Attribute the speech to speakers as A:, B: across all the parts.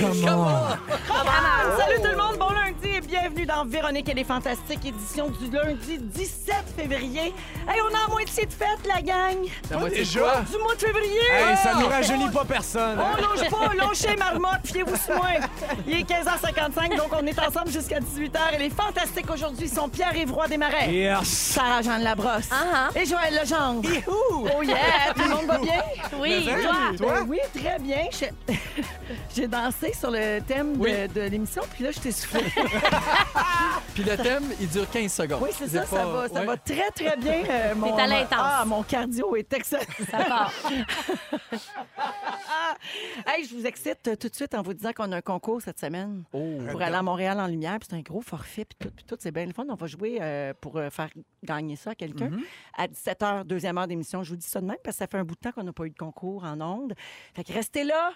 A: Comment?
B: Salut tout le monde, bon lundi et bienvenue dans Véronique et les Fantastiques, édition du lundi 17 février. Hey, on est en moitié de fête, la gang!
C: La moitié de quoi?
A: Déjà?
B: Du mois de février! Ah!
C: Hey, ça
A: Ah!
C: nous rajeunit pas personne.
B: On longe pas, longez marmotte, fiez-vous sur moi. Il est 15h55, donc on est ensemble jusqu'à 18h. Et les fantastiques aujourd'hui sont Pierre-Yves Roy Desmarais,
D: euh,
C: Yes.
B: Sarah-Jeanne Labrosse
A: Ah, ah.
B: et Joël Legendre. Oh yeah! Tout le monde va bien?
A: Oui,
C: Mais
A: toi.
C: hein? Toi?
B: Ben oui, très bien. Je- J'ai dansé sur le thème de-
D: Oui.
B: de, l'émission, puis là, je t'ai soufflé.
D: Puis le thème, il dure 15 secondes.
B: Oui, c'est
D: C'est
B: ça, ça,
D: pas-
B: va, ça
D: ouais.
B: va très, très bien. euh, mon,
A: à l'intense.
B: Ah, mon cardio est excellent.
A: Ça part.
B: Hey, je vous excite euh, tout de suite en vous disant qu'on a un concours cette semaine
C: Oh.
B: pour aller à Montréal en lumière. Puis c'est un gros forfait, puis tout, puis tout c'est bien le fun. On va jouer euh, pour euh, faire gagner ça à quelqu'un
C: Mm-hmm.
B: à 17h, deuxième heure d'émission. Je vous dis ça de même parce que ça fait un bout de temps qu'on n'a pas eu de concours en ondes. Fait que restez là.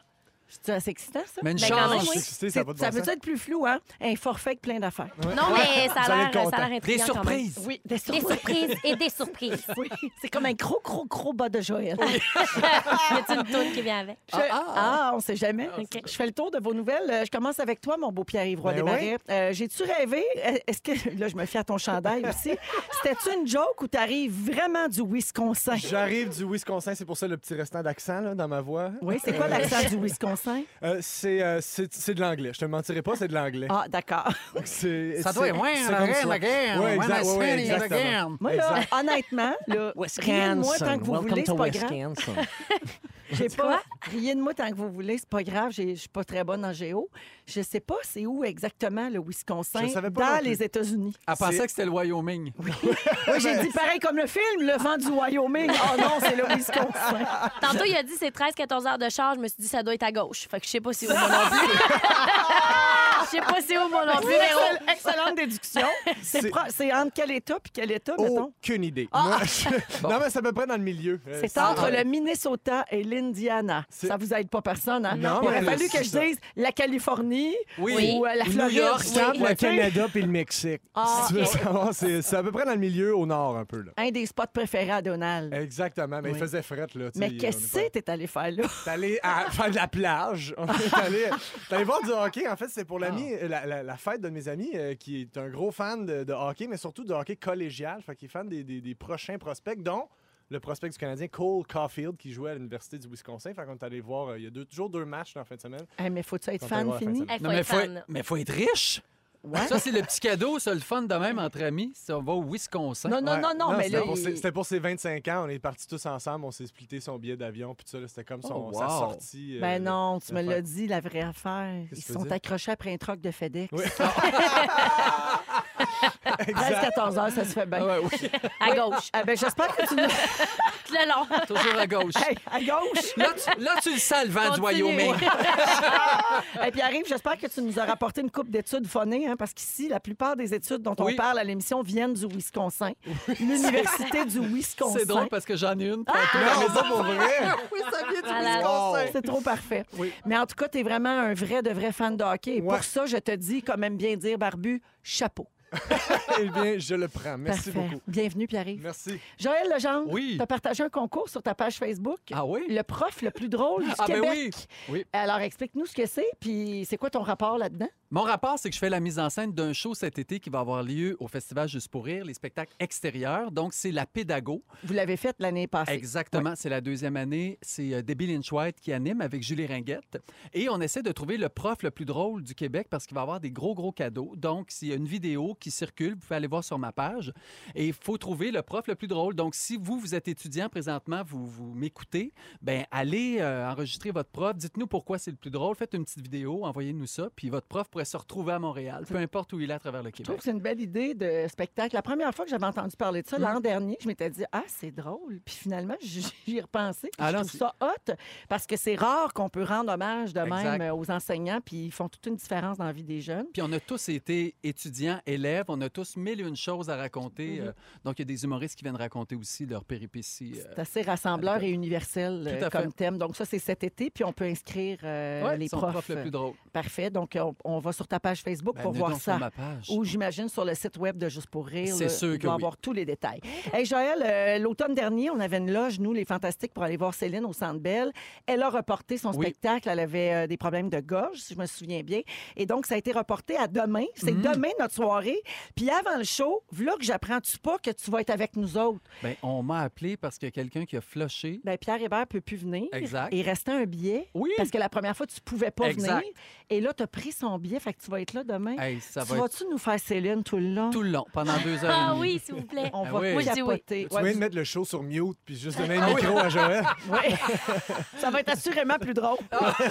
B: C'est assez excitant, ça.
D: Mais une
A: Ben, quand même,
D: chance.
A: oui.
B: C'est-
C: C'est- ça va de
B: ça
C: bon
B: peut
C: sens.
B: être plus flou, hein? Un forfait avec plein d'affaires.
A: Non, mais ça
C: Vous allez
A: a l'air
C: être
A: ça a
C: content.
A: l'air
D: Des
A: intriguant quand même.
D: surprises.
B: Oui, des
A: Des
B: surprises.
A: surprises et des surprises.
B: Oui, c'est comme un gros, gros, gros bas de Joël.
A: y a-t-il une toune qui vient avec?
B: Je- ah, on sait jamais.
A: Ok.
B: Je fais le tour de vos nouvelles. Euh, Je commence avec toi, mon beau Pierre-Yves Roy
C: Ben
B: Desmarais. Euh, J'ai-tu rêvé? Euh, Est-ce que... Là, je me fie à ton chandail aussi. C'était-tu une joke ou t'arrives vraiment du Wisconsin?
C: J'arrive du Wisconsin, c'est pour ça le petit restant d'accent là, dans ma voix.
B: Oui, c'est quoi l'accent du Wisconsin?
C: Euh, c'est, euh, c'est, c'est de l'anglais. Je te mentirai pas, c'est de l'anglais.
B: Ah, d'accord.
C: C'est,
D: Ça
C: c'est-
D: doit être- ouais,
C: c'est comme
D: again,
C: ça.
D: again,
C: Ouais,
D: when
C: exact,
D: I
C: ouais, ouais,
D: say it
C: exactement.
D: again.
B: Moi, là,
C: Exact.
B: honnêtement, là, rien de moi tant que vous voulez, c'est pas grave.
E: Wisconsin.
B: J'ai pas rien de moi tant que vous voulez, c'est pas grave, j'ai- je suis pas très bonne en géo. Je sais pas c'est où exactement le Wisconsin
C: Je savais pas non
B: dans
C: plus.
B: les États-Unis.
D: Elle pensait
C: C'est-
D: que c'était le Wyoming.
B: Oui, j'ai
C: ben,
B: dit pareil comme le film, le vent du Wyoming. Oh non, c'est le Wisconsin.
A: Tantôt, il a dit c'est 13-14 heures de charge. Je me suis dit ça doit être à gauche. Fait que je sais pas si où moi non plus. Je sais pas si où moi non plus, mais oh.
B: Excellente, excellente déduction. C'est
C: C'est- Oh, euh,
B: pro- C'est entre quel État puis quel État, mettons? Ah!
C: Aucune idée. Moi, je- Non, mais c'est à peu près dans le milieu. Euh,
B: C'est entre le Minnesota et l'Indiana.
C: C'est-
B: Ça vous aide pas personne, hein?
C: Non,
B: Il aurait
C: mais
B: fallu
C: c'est
B: que je
C: ça.
B: dise la Californie
D: Oui.
B: ou euh, la
D: New
B: Floride.
D: York,
B: Oui.
C: Entre le
B: Tu sais,
C: Canada puis le Mexique.
B: Ah,
C: si tu veux
B: ok.
C: savoir, c'est, c'est à peu près dans le milieu, au nord un peu. Là.
B: Un des spots préférés à Donald.
C: Exactement, mais
B: Oui.
C: il faisait fret. Là, tu sais,
B: Mais
C: Euh, on
B: qu'est-ce
C: est
B: que t'es allé faire là?
C: T'es allé à faire de la plage. On est allé, t'es allé voir du hockey. En fait, c'est pour l'ami,
B: Ah.
C: euh, la, la- la fête de mes amis euh, qui est un gros fan de, de hockey, mais surtout de hockey collégial. Fait qu'il est fan des, des- des prochains prospects, dont le prospect du Canadien Cole Caulfield qui jouait à l'Université du Wisconsin. Fait qu'on est allé voir, euh, il y a deux, toujours deux matchs dans la fin de semaine.
B: Eh, mais faut-tu être
C: Faut aller
B: fan
C: voir la fin de
B: fini?
A: oh.
C: semaine.
A: Hey, faut
D: mais
A: être
D: faut,
A: fan.
D: être, mais faut être riche. Ça, c'est le petit cadeau, ça, le fun de même entre amis. Ça, on va au Wisconsin.
B: Non, non,
C: Ouais.
B: non, non, mais
C: c'était
B: là.
C: pour
B: il-
C: ses- C'était pour ses 25 ans. On est partis tous ensemble. On s'est splitté son billet d'avion. Puis tout ça, là, c'était comme son,
D: Oh,
C: sa
D: wow.
C: sortie. euh,
B: Ben
C: là.
B: non, tu
C: la
B: me l'as
C: fête.
B: dit, la vraie affaire. Ils
C: Qu'est-ce que tu
B: sont
C: veux dire?
B: accrochés après un troc de FedEx.
C: Oui.
B: 13-14 heures, ça se fait bien.
D: Ah ouais, oui.
A: À gauche.
B: Ah ben, j'espère que tu nous...
A: Tout le long.
D: Toujours à gauche.
B: Hey, à gauche.
D: Là, tu, là, tu le sens, le vent du
A: Continue.
D: Wyoming.
B: Et puis arrive, j'espère que tu nous as rapporté une coupe d'études phonées, hein, parce qu'ici, la plupart des études dont on
D: Oui.
B: parle à l'émission viennent du Wisconsin. L'université du Wisconsin.
D: C'est drôle parce que j'en ai une. tantôt.
C: Non, mais ça pour vrai.
A: Voilà.
D: Oh.
B: C'est trop parfait. Mais en tout cas, tu es vraiment un vrai de vrai fan de hockey. Et
C: Ouais.
B: pour ça, je te dis, comme aime bien dire Barbu, chapeau.
C: Eh bien, je le prends. Merci
B: Parfait.
C: beaucoup.
B: Bienvenue, Pierre-Yves.
C: Merci.
B: Joël Legendre,
D: Oui.
B: tu as partagé un concours sur ta page Facebook.
D: Ah oui?
B: Le prof le plus drôle du
D: Ah ben
B: Québec.
D: oui. Oui.
B: Alors, explique-nous ce que c'est, puis c'est quoi ton rapport là-dedans?
D: Mon rapport, c'est que je fais la mise en scène d'un show cet été qui va avoir lieu au Festival Juste pour rire, les spectacles extérieurs. Donc, c'est la pédago.
B: Vous l'avez fait l'année passée.
D: Exactement, c'est la deuxième année. C'est euh, Debbie Lynch White qui anime avec Julie Ringuette. Et on essaie de trouver le prof le plus drôle du Québec parce qu'il va avoir des gros, gros cadeaux. Donc, s'il y a une vidéo qui circule, vous pouvez aller voir sur ma page. Et il faut trouver le prof le plus drôle. Donc, si vous, vous êtes étudiant présentement, vous, vous m'écoutez, ben allez euh, enregistrer votre prof. Dites-nous pourquoi c'est le plus drôle. Faites une petite vidéo, envoyez-nous ça. Puis votre prof pourrait se retrouver à Montréal, peu importe où il est à travers le
B: Je trouve
D: Québec.
B: que c'est une belle idée de spectacle. La première fois que j'avais entendu parler de ça,
D: Mm.
B: l'an dernier, je m'étais dit Ah, c'est drôle. Puis finalement, j- j'y ai repensé. puis
D: Ah
B: je
D: non,
B: trouve
D: c'est-
B: ça hot parce que c'est rare qu'on peut rendre hommage de
D: Exact.
B: même euh, aux enseignants, puis ils font toute une différence dans la vie des jeunes.
D: Puis on a tous été étudiants, élèves, on a tous mille et une choses à raconter. euh, donc, il y a des humoristes qui viennent raconter aussi leurs péripéties. euh,
B: C'est assez rassembleur et universel
D: Tout
B: euh,
D: à
B: comme
D: fait.
B: thème. Donc, ça, c'est cet été, puis on peut inscrire euh,
D: ouais,
B: les
D: son
B: profs.
D: prof le plus drôle.
B: Parfait. Donc, on, on va va sur ta page Facebook
D: Ben,
B: pour
D: venez
B: voir
D: donc
B: ça.
D: sur ma page.
B: Ou j'imagine sur le site web de Juste pour rire.
D: C'est
B: là,
D: sûr
B: il
D: que
B: doit
D: oui.
B: avoir tous les détails. Hey Joël, euh, l'automne dernier, on avait une loge, nous, les Fantastiques, pour aller voir Céline au Centre Belle. Elle a reporté son
D: Oui.
B: spectacle. Elle avait euh, des problèmes de gorge, si je me souviens bien. Et donc, ça a été reporté à demain. C'est
D: Mm.
B: demain notre soirée. Puis avant le show, v'là que j'apprends-tu pas que tu vas être avec nous autres?
D: Ben, on m'a appelé parce qu'il y a quelqu'un qui a floché.
B: Ben, Pierre Hébert peut plus venir.
D: Exact.
B: Et il restait un billet.
D: Oui.
B: Parce que la première fois, tu pouvais pas
D: Exact.
B: venir. Et là, tu as pris son billet. Fait que tu vas être là demain.
D: Hey, ça
B: tu
D: va être
B: vas-tu nous faire Céline tout le long?
D: tout le long, pendant deux heures. et
A: Ah
D: demie.
A: oui, s'il vous plaît.
B: On
D: Ah
B: va
D: oui. Moi,
A: je dis oui.
B: capoter.
C: Tu
B: Ouais, Ah
C: viens de mettre le show sur mute puis juste donner un micro à Joël.
B: Oui. ça va être assurément plus drôle.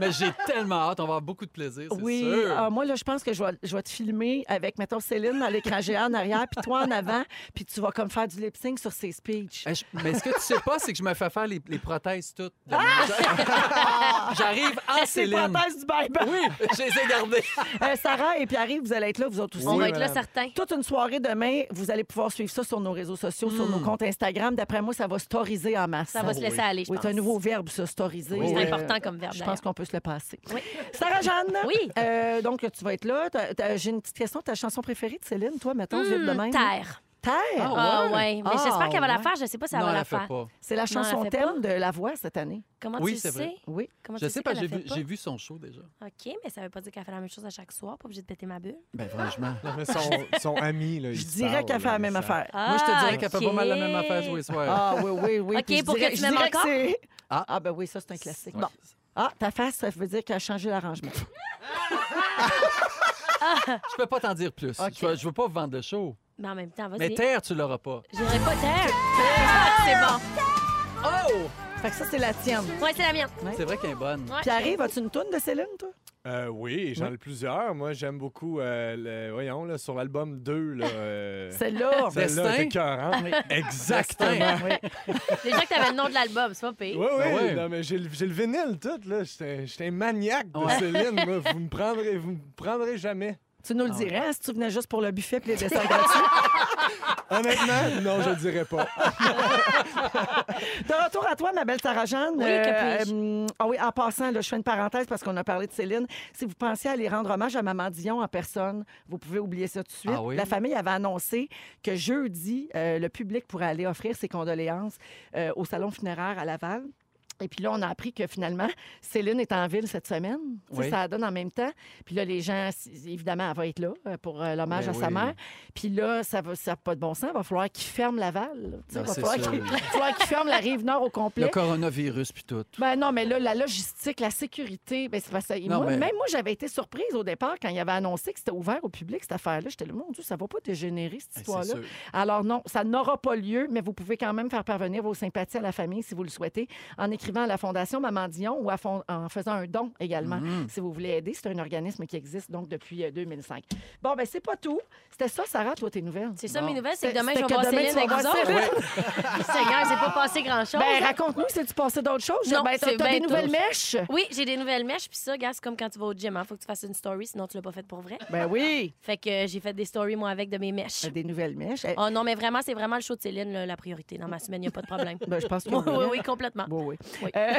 D: Mais j'ai tellement hâte, on va avoir beaucoup de plaisir, c'est
B: Oui.
D: sûr.
B: Ah, moi, là, je pense que je vais, je vais te filmer avec, mettons, Céline à l'écran géant en arrière, puis toi en avant, puis tu vas comme faire du lip sync sur ses speeches.
D: Hey, je- Mais ce que tu sais pas, c'est que je me fais faire les, les prothèses toutes. de mon- J'arrive en
B: C'est
D: Céline.
B: du bye-bye.
D: Oui, je les ai gardées.
B: Euh, Sarah et Pierre, vous allez être là, vous autres aussi.
A: On
C: Oui,
A: va être là,
C: madame.
A: certain.
B: Toute une soirée demain, vous allez pouvoir suivre ça sur nos réseaux sociaux,
D: Hmm.
B: sur nos comptes Instagram. D'après moi, ça va storiser en masse.
A: Ça
D: Oh,
A: va se laisser aller, je
B: Oui, c'est un
A: pense.
B: nouveau verbe, ça, storiser.
A: C'est
B: Euh,
A: important comme verbe,
B: Je pense
A: d'ailleurs.
B: qu'on peut se le passer.
A: Oui.
B: Sarah-Jeanne.
A: Oui.
B: euh, donc, tu vas être là. T'as- t'as- J'ai une petite question. Ta chanson préférée de Céline, toi, mettons, vite de
A: Hmm,
B: même.
A: terre.
B: Terre.
A: Ah ouais, mais
B: Ah,
A: j'espère qu'elle va la
B: ouais.
A: faire. Je sais pas si elle
D: non,
A: va
D: elle
A: la
D: la fait
A: faire.
D: pas.
B: C'est la chanson
A: elle fait
B: thème de La Voix cette année.
A: Comment
D: Oui,
A: tu
D: c'est
A: le
D: vrai.
A: sais?
B: Oui.
A: Comment
D: Je
A: tu
D: sais pas,
A: qu'elle
D: j'ai
A: la
D: vu,
A: fait pas?
D: j'ai vu son show déjà.
A: OK, mais ça veut pas dire qu'elle fait la même chose à chaque soir. Pas obligé de péter ma bulle.
D: Ben franchement.
C: Mais son, son ami, là, il
B: Je
C: se
B: dirais
C: parle,
B: qu'elle fait
C: là,
B: la même
C: ça-
B: affaire.
D: Moi, je te dirais
A: Ah,
D: qu'elle fait
A: OK.
D: pas mal la même affaire jouer ce soir.
B: Ah oui, oui, oui.
A: OK,
B: Puis je
A: pour que
B: dirais-
A: tu
B: je
A: m'aimes
B: dirais que
A: encore?
B: c'est-
D: Ah.
B: Ah ben oui, ça, c'est un classique.
D: Ouais.
B: Bon. Ah, ta face, ça veut dire qu'elle a changé l'arrangement.
D: Je peux pas t'en dire plus.
B: Ok.
D: Je, veux, je veux pas vendre le show.
A: Mais en même temps,
D: Mais
A: vas-y.
D: terre, tu l'auras pas.
A: J'irai pas terre. Ah, c'est
D: Oh!
B: Fait que ça, c'est la tienne.
A: bon. Ouais, c'est la mienne.
D: C'est vrai qu'elle est bonne.
A: Ouais.
B: Pierre, as-tu une toune de Céline, toi?
C: Euh, oui, j'en ai plusieurs. Moi, j'aime beaucoup, euh, le- voyons, là, sur l'album 2. Là, euh,
B: Celle-là.
C: celle-là,
D: Destin?
C: c'est écœurant. Exactement.
D: Destin.
A: Déjà que t'avais le nom de l'album, c'est pas pire.
C: Oui, oui,
D: Ah ouais.
C: non, mais j'ai le j'ai le vinyle tout, là. J'étais j'étais un maniaque de
D: Ouais.
C: Céline, moi. Vous me prendrez, vous me prendrez jamais.
B: Tu nous le
D: Ah
B: dirais hein, si tu venais juste pour le buffet et les dessins gratuits.
C: Honnêtement, non, je le dirais pas.
B: De retour à toi, ma belle Sarah-Jeanne.
A: Oui, que puis-je?
B: hum, ah oui, en passant, là, je fais une parenthèse parce qu'on a parlé de Céline. Si vous pensiez aller rendre hommage à Maman Dion en personne, vous pouvez oublier ça tout de suite.
D: Ah oui?
B: La famille avait annoncé que jeudi, euh, le public pourrait aller offrir ses condoléances euh, au salon funéraire à Laval. Et puis là, on a appris que finalement, Céline est en ville cette semaine. Tu sais,
D: Oui.
B: Ça la donne en même temps. Puis là, les gens, si- évidemment, elle va être là euh, pour euh, l'hommage
D: Ben
B: à sa
D: oui.
B: mère. Puis là, ça va, ça a pas de bon sens. Il va falloir qu'ils ferment Laval. là. Tu sais,
D: Non,
B: Il va
D: Ben c'est
B: falloir
D: sûr.
B: qu'ils il va falloir qu'ils ferment la rive nord au
D: Le
B: complet.
D: coronavirus puis tout.
B: Ben non, mais là, la logistique, la sécurité, ben c'est pas ça. Et
D: Non,
B: moi,
D: mais-
B: Même moi, j'avais été surprise au départ quand il avait annoncé que c'était ouvert au public, cette affaire-là. J'étais là, mon Dieu, ça va pas dégénérer, cette
D: Ben,
B: histoire-là.
D: c'est sûr.
B: Alors non, ça n'aura pas lieu, mais vous pouvez quand même faire parvenir vos sympathies à la famille si vous le souhaitez en écrivant à la Fondation Maman Dion ou à fond- en faisant un don également
D: Mm.
B: si vous voulez aider. C'est un organisme qui existe donc depuis euh, 2005. Bon, ben c'est pas tout. C'était ça, Sarah, toi, tes nouvelles.
A: C'est ça
D: Bon.
A: mes nouvelles, c'est que
B: C'est-
A: demain, je
B: c'est
A: vais
B: que
A: voir
B: demain,
A: Céline
B: tu vas
A: avec
B: voir
A: vous autres.
B: Céline.
A: Seigneur, c'est pas passé grand-chose.
B: Ben, raconte-nous, c'est-tu passé d'autres choses?
A: Non,
B: ben, t'as-
A: c'est
B: t'as des
A: bien
B: nouvelles
A: d'autres.
B: mèches?
A: Oui, j'ai des nouvelles mèches, puis ça, gars, c'est comme quand tu vas au gym, hein. Faut que tu fasses une story, sinon tu l'as pas faite pour vrai.
B: Ben oui,
A: Fait que euh, j'ai fait des stories, moi, avec de mes mèches.
B: des nouvelles mèches. Eh,
A: Oh non, mais vraiment, c'est vraiment le show de Céline, là, la priorité. Dans ma semaine, il a pas de problème.
B: ben, je pense que
A: oui, oui, oui, complètement.
B: Bon, oui.
A: Oui.
B: Euh,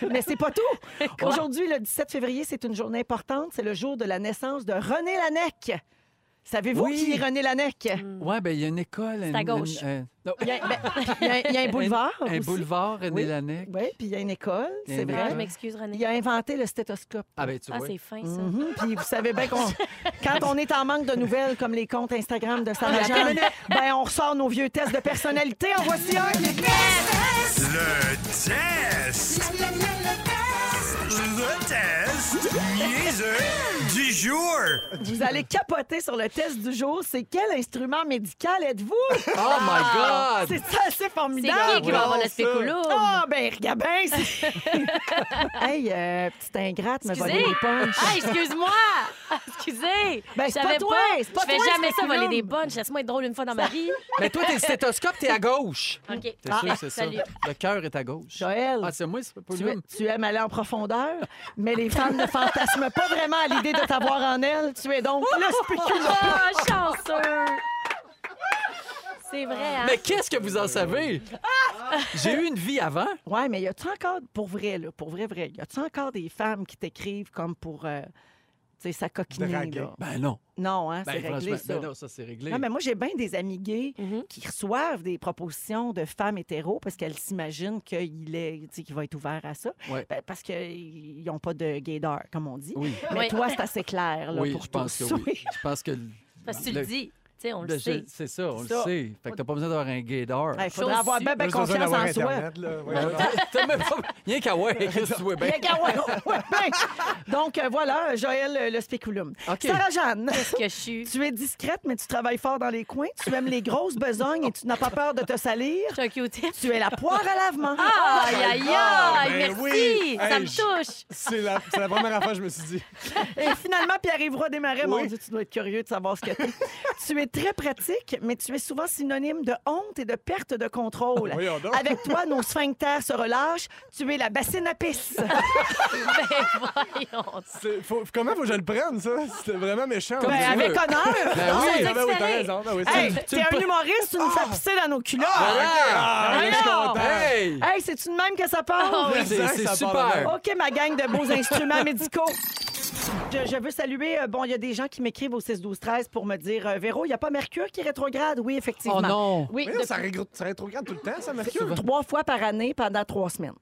B: mais c'est pas tout. Aujourd'hui, le 17 février, c'est une journée importante. C'est le jour de la naissance de René Lanec. Savez-vous
D: Oui.
B: qui est René Lanec?
D: Ouais, ben il y a une école.
A: C'est à gauche.
B: Il y, a, ben, il y a- il y a un boulevard.
D: Un, boulevard, René
B: Oui.
D: Lanec.
B: Oui, puis il y a une école,
D: Il y a
B: c'est
D: une
A: Ah,
B: vrai.
A: je m'excuse, René.
B: Il a inventé le stéthoscope.
D: Ah ben tu
A: Ah,
D: vois.
A: c'est fin, ça.
B: Mhm, Puis vous savez bien qu'on, quand on est en manque de nouvelles comme les comptes Instagram de Sarah Jeanne, ben on ressort nos vieux tests de personnalité. En voici un.
E: Le test. Le test niaiseux du jour.
B: Vous allez capoter sur le test du jour. C'est quel instrument médical êtes-vous?
D: Oh my God!
B: C'est ça, c'est
A: C'est
B: formidable.
A: qui qui va avoir
C: non,
A: le
C: ça.
A: spéculo?
B: Ah, ben, regarde bien. c'est- hey, euh, petite ingrate, me voler
A: Excusez.
B: des punches.
A: Ah, excuse-moi! Ah, Excusez!
B: Ben,
A: Je
B: c'est pas
A: savais
B: toi, c'est pas
A: Je fais
B: toi,
A: jamais
B: le
A: ça, voler
B: spéculum.
A: des bonnes. Laisse-moi être drôle une fois dans ma vie.
D: Mais toi, t'es le stéthoscope, t'es à gauche.
A: OK.
D: T'es
A: Ah,
D: sûr, c'est ça.
A: salut.
D: Le cœur est à gauche.
B: Joël,
D: Ah, c'est moi, c'est pas
B: tu,
D: lui.
B: tu aimes aller en profondeur, mais les femmes ne fantasment pas vraiment à l'idée de t'avoir en elles. Tu es donc le spéculant.
A: Ah, chanceux! C'est vrai, hein?
D: Mais qu'est-ce que vous en savez?
B: Ah!
D: J'ai eu une vie avant.
B: Ouais, mais y a-tu encore, pour vrai, là, pour vrai, vrai, y a-tu encore des femmes qui t'écrivent comme pour, euh, tu sais, s'acoquiner,
C: Draguer.
B: là?
D: Ben non.
B: Non, hein,
D: Ben,
B: c'est réglé,
D: franchement,
B: ça.
D: ben non, Mm-hmm. ça, c'est réglé.
B: non, mais moi, j'ai bien des amis gays
A: Mhm.
B: qui reçoivent des propositions de femmes hétéros parce qu'elles s'imaginent qu'il est, tu sais, qu'il va être ouvert à ça.
D: Ouais.
B: Ben, parce qu'ils n'ont pas de gaydar, comme on dit.
D: Oui,
B: Mais
A: Oui.
B: toi, c'est assez clair, là,
D: oui
B: pour
D: je pense
B: tous.
D: que oui. Je pense que...
A: Parce que tu le dis. Tu sais, on le
D: Ben, je-
A: sait.
D: C'est ça, on le
B: Ça.
D: sait. Fait que t'as pas besoin d'avoir un gaydar.
B: Il faudrait
A: Chose
B: avoir
A: si-
B: bien, bien
C: Juste besoin
B: confiance
C: d'avoir
B: en soi.
C: Internet, là. Ouais, non.
D: T'as même pas... Rien qu'à ouais, Chris, tu es bien.
B: Bien qu'à- ouais, ouais, ben. Donc, euh, voilà, Joël, euh, le spéculum.
D: OK.
B: Sarah-Jeanne,
A: Qu'est-ce que je suis?
B: tu es discrète, mais tu travailles fort dans les coins. Tu aimes les grosses besognes et tu n'as pas peur de te salir.
A: Je suis un Q-tip.
B: Tu es la poire à lavement.
A: Ah, aïe, aïe,
C: Ah,
A: aïe,
C: ben
A: merci!
C: oui.
A: Ça
C: Hey,
A: me
C: je-
A: touche!
C: C'est la, c'est la première fois que je me suis dit.
B: Et finalement, Pierre-Yves Roy Desmarais, mon
C: Oui.
B: Dieu, tu dois être curieux de savoir ce que t'es. tu es très pratique, mais tu es souvent synonyme de honte et de perte de contrôle.
C: Voyons donc.
B: Avec toi, nos sphincters se relâchent. Tu es la bassine à pisse.
A: Ben voyons!
C: C'est- faut- comment faut que je le prenne, ça? C'était vraiment méchant.
D: Comme
B: Ben,
D: tu
B: avec
D: veux.
B: honneur.
D: Ben oui,
C: ah, ben oui, t'as
A: excellent.
C: raison. Ben oui, c'est-
B: Hey,
D: Tu- tu
B: t'es
D: le-
B: un humoriste, tu nous fais pisser dans nos culottes.
C: Ah, ben, je suis
A: Voyons.
C: content.
D: Hey!
B: Hey, c'est-tu de même que ça part?
A: Ah
D: C'est-
C: exact,
D: C'est
C: ça part de
D: super. Oh,
B: OK,
C: même.
B: ma gang de beaux instruments médicaux. Je, je veux saluer. euh, bon, il y a des gens qui m'écrivent au 6-12-13 pour me dire euh, Véro, il n'y a pas Mercure qui est rétrograde. Oui, effectivement.
D: Oh non!
A: Oui,
C: Mais non,
A: de-
C: ça, régro- ça rétrograde tout le temps, ça, Mercure?
B: Trois fois par année pendant trois semaines.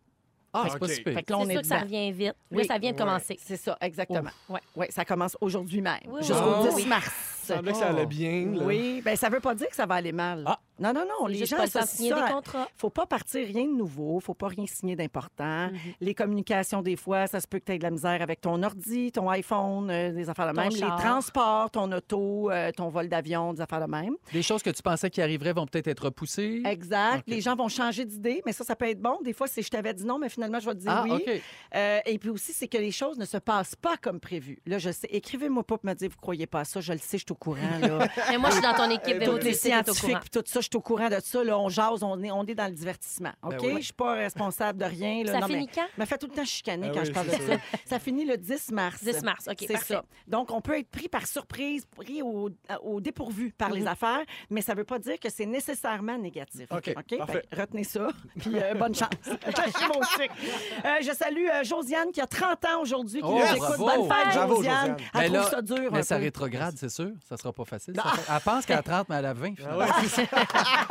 D: Ah, c'est pas
C: OK.
D: super.
B: Fait que là, on
A: c'est
B: est,
A: sûr que ça
B: dedans.
A: revient vite.
B: Oui.
A: Oui, ça vient de commencer.
B: C'est ça, exactement.
A: Ouf. Ouais.
B: Oui, ça commence aujourd'hui même,
A: Oui, oui,
B: jusqu'au
C: oui.
B: 10
A: Oui.
B: mars.
C: Il semblait que ça allait bien. là.
B: Oui, ben ça veut pas dire que ça va aller mal.
D: Ah.
B: Non, non, non.
A: C'est
B: Les
A: juste
B: gens
A: pas le temps de
B: associent
A: signer
B: ça
A: des
B: à-
A: contrats.
B: faut pas partir rien de nouveau, faut pas rien signer d'important. Les communications, des fois, ça se peut que tu aies de la misère avec ton ordi, ton iPhone, euh, des affaires de
A: Ton
B: même.
A: char.
B: Les transports, ton auto, euh, ton vol d'avion, des affaires de même.
D: Des choses que tu pensais qui arriveraient vont peut-être être repoussées.
B: Exact. Les gens vont changer d'idée, mais ça, ça peut être bon. Des fois, c'est je t'avais dit non, mais finalement, je vais te dire
D: Ah,
B: oui.
D: OK.
B: Euh, et puis aussi, c'est que les choses ne se passent pas comme prévu. Là, je sais, écrivez-moi pas pour me dire, vous croyez pas à ça, je le sais, je suis au courant. Là.
A: Mais moi, je suis dans ton équipe, Véro,
B: Toutes
A: tu le
B: les
A: sais, t'es au
B: scientifiques,
A: courant.
B: puis tout ça, je suis au courant de ça. Là, on jase, on est, on est dans le divertissement. OK?
D: Ben oui.
B: Je suis pas responsable de rien. Là.
A: Ça
B: Non,
A: finit
B: mais,
A: quand?
B: me fait tout le temps chicaner
C: Ben
B: quand
C: oui,
B: je parle de
C: c'est
B: ça. Ça finit le 10 mars.
A: 10 mars, OK,
B: C'est
A: parfait.
B: ça. Donc, on peut être pris par surprise, pris au, au dépourvu par
A: Mhm.
B: les affaires, mais ça veut pas dire que c'est nécessairement négatif.
D: OK,
B: Fait que
C: parfait.
B: retenez ça, puis euh, bonne chance. Attachez vos trucs. Euh, je salue euh, Josiane qui a 30 ans aujourd'hui, qui
D: Oh,
B: nous écoute.
D: bravo.
B: Bonne fête,
C: Bravo,
B: Josiane.
C: Josiane.
B: Elle
D: Mais
B: trouve
D: là-
B: ça dur. un
D: Mais ça
B: peu.
D: rétrograde, c'est sûr. Ça sera pas facile. ça. Elle pense qu'elle a 30, mais elle a 20.
C: Ah
D: finalement.
C: ouais, c'est ça.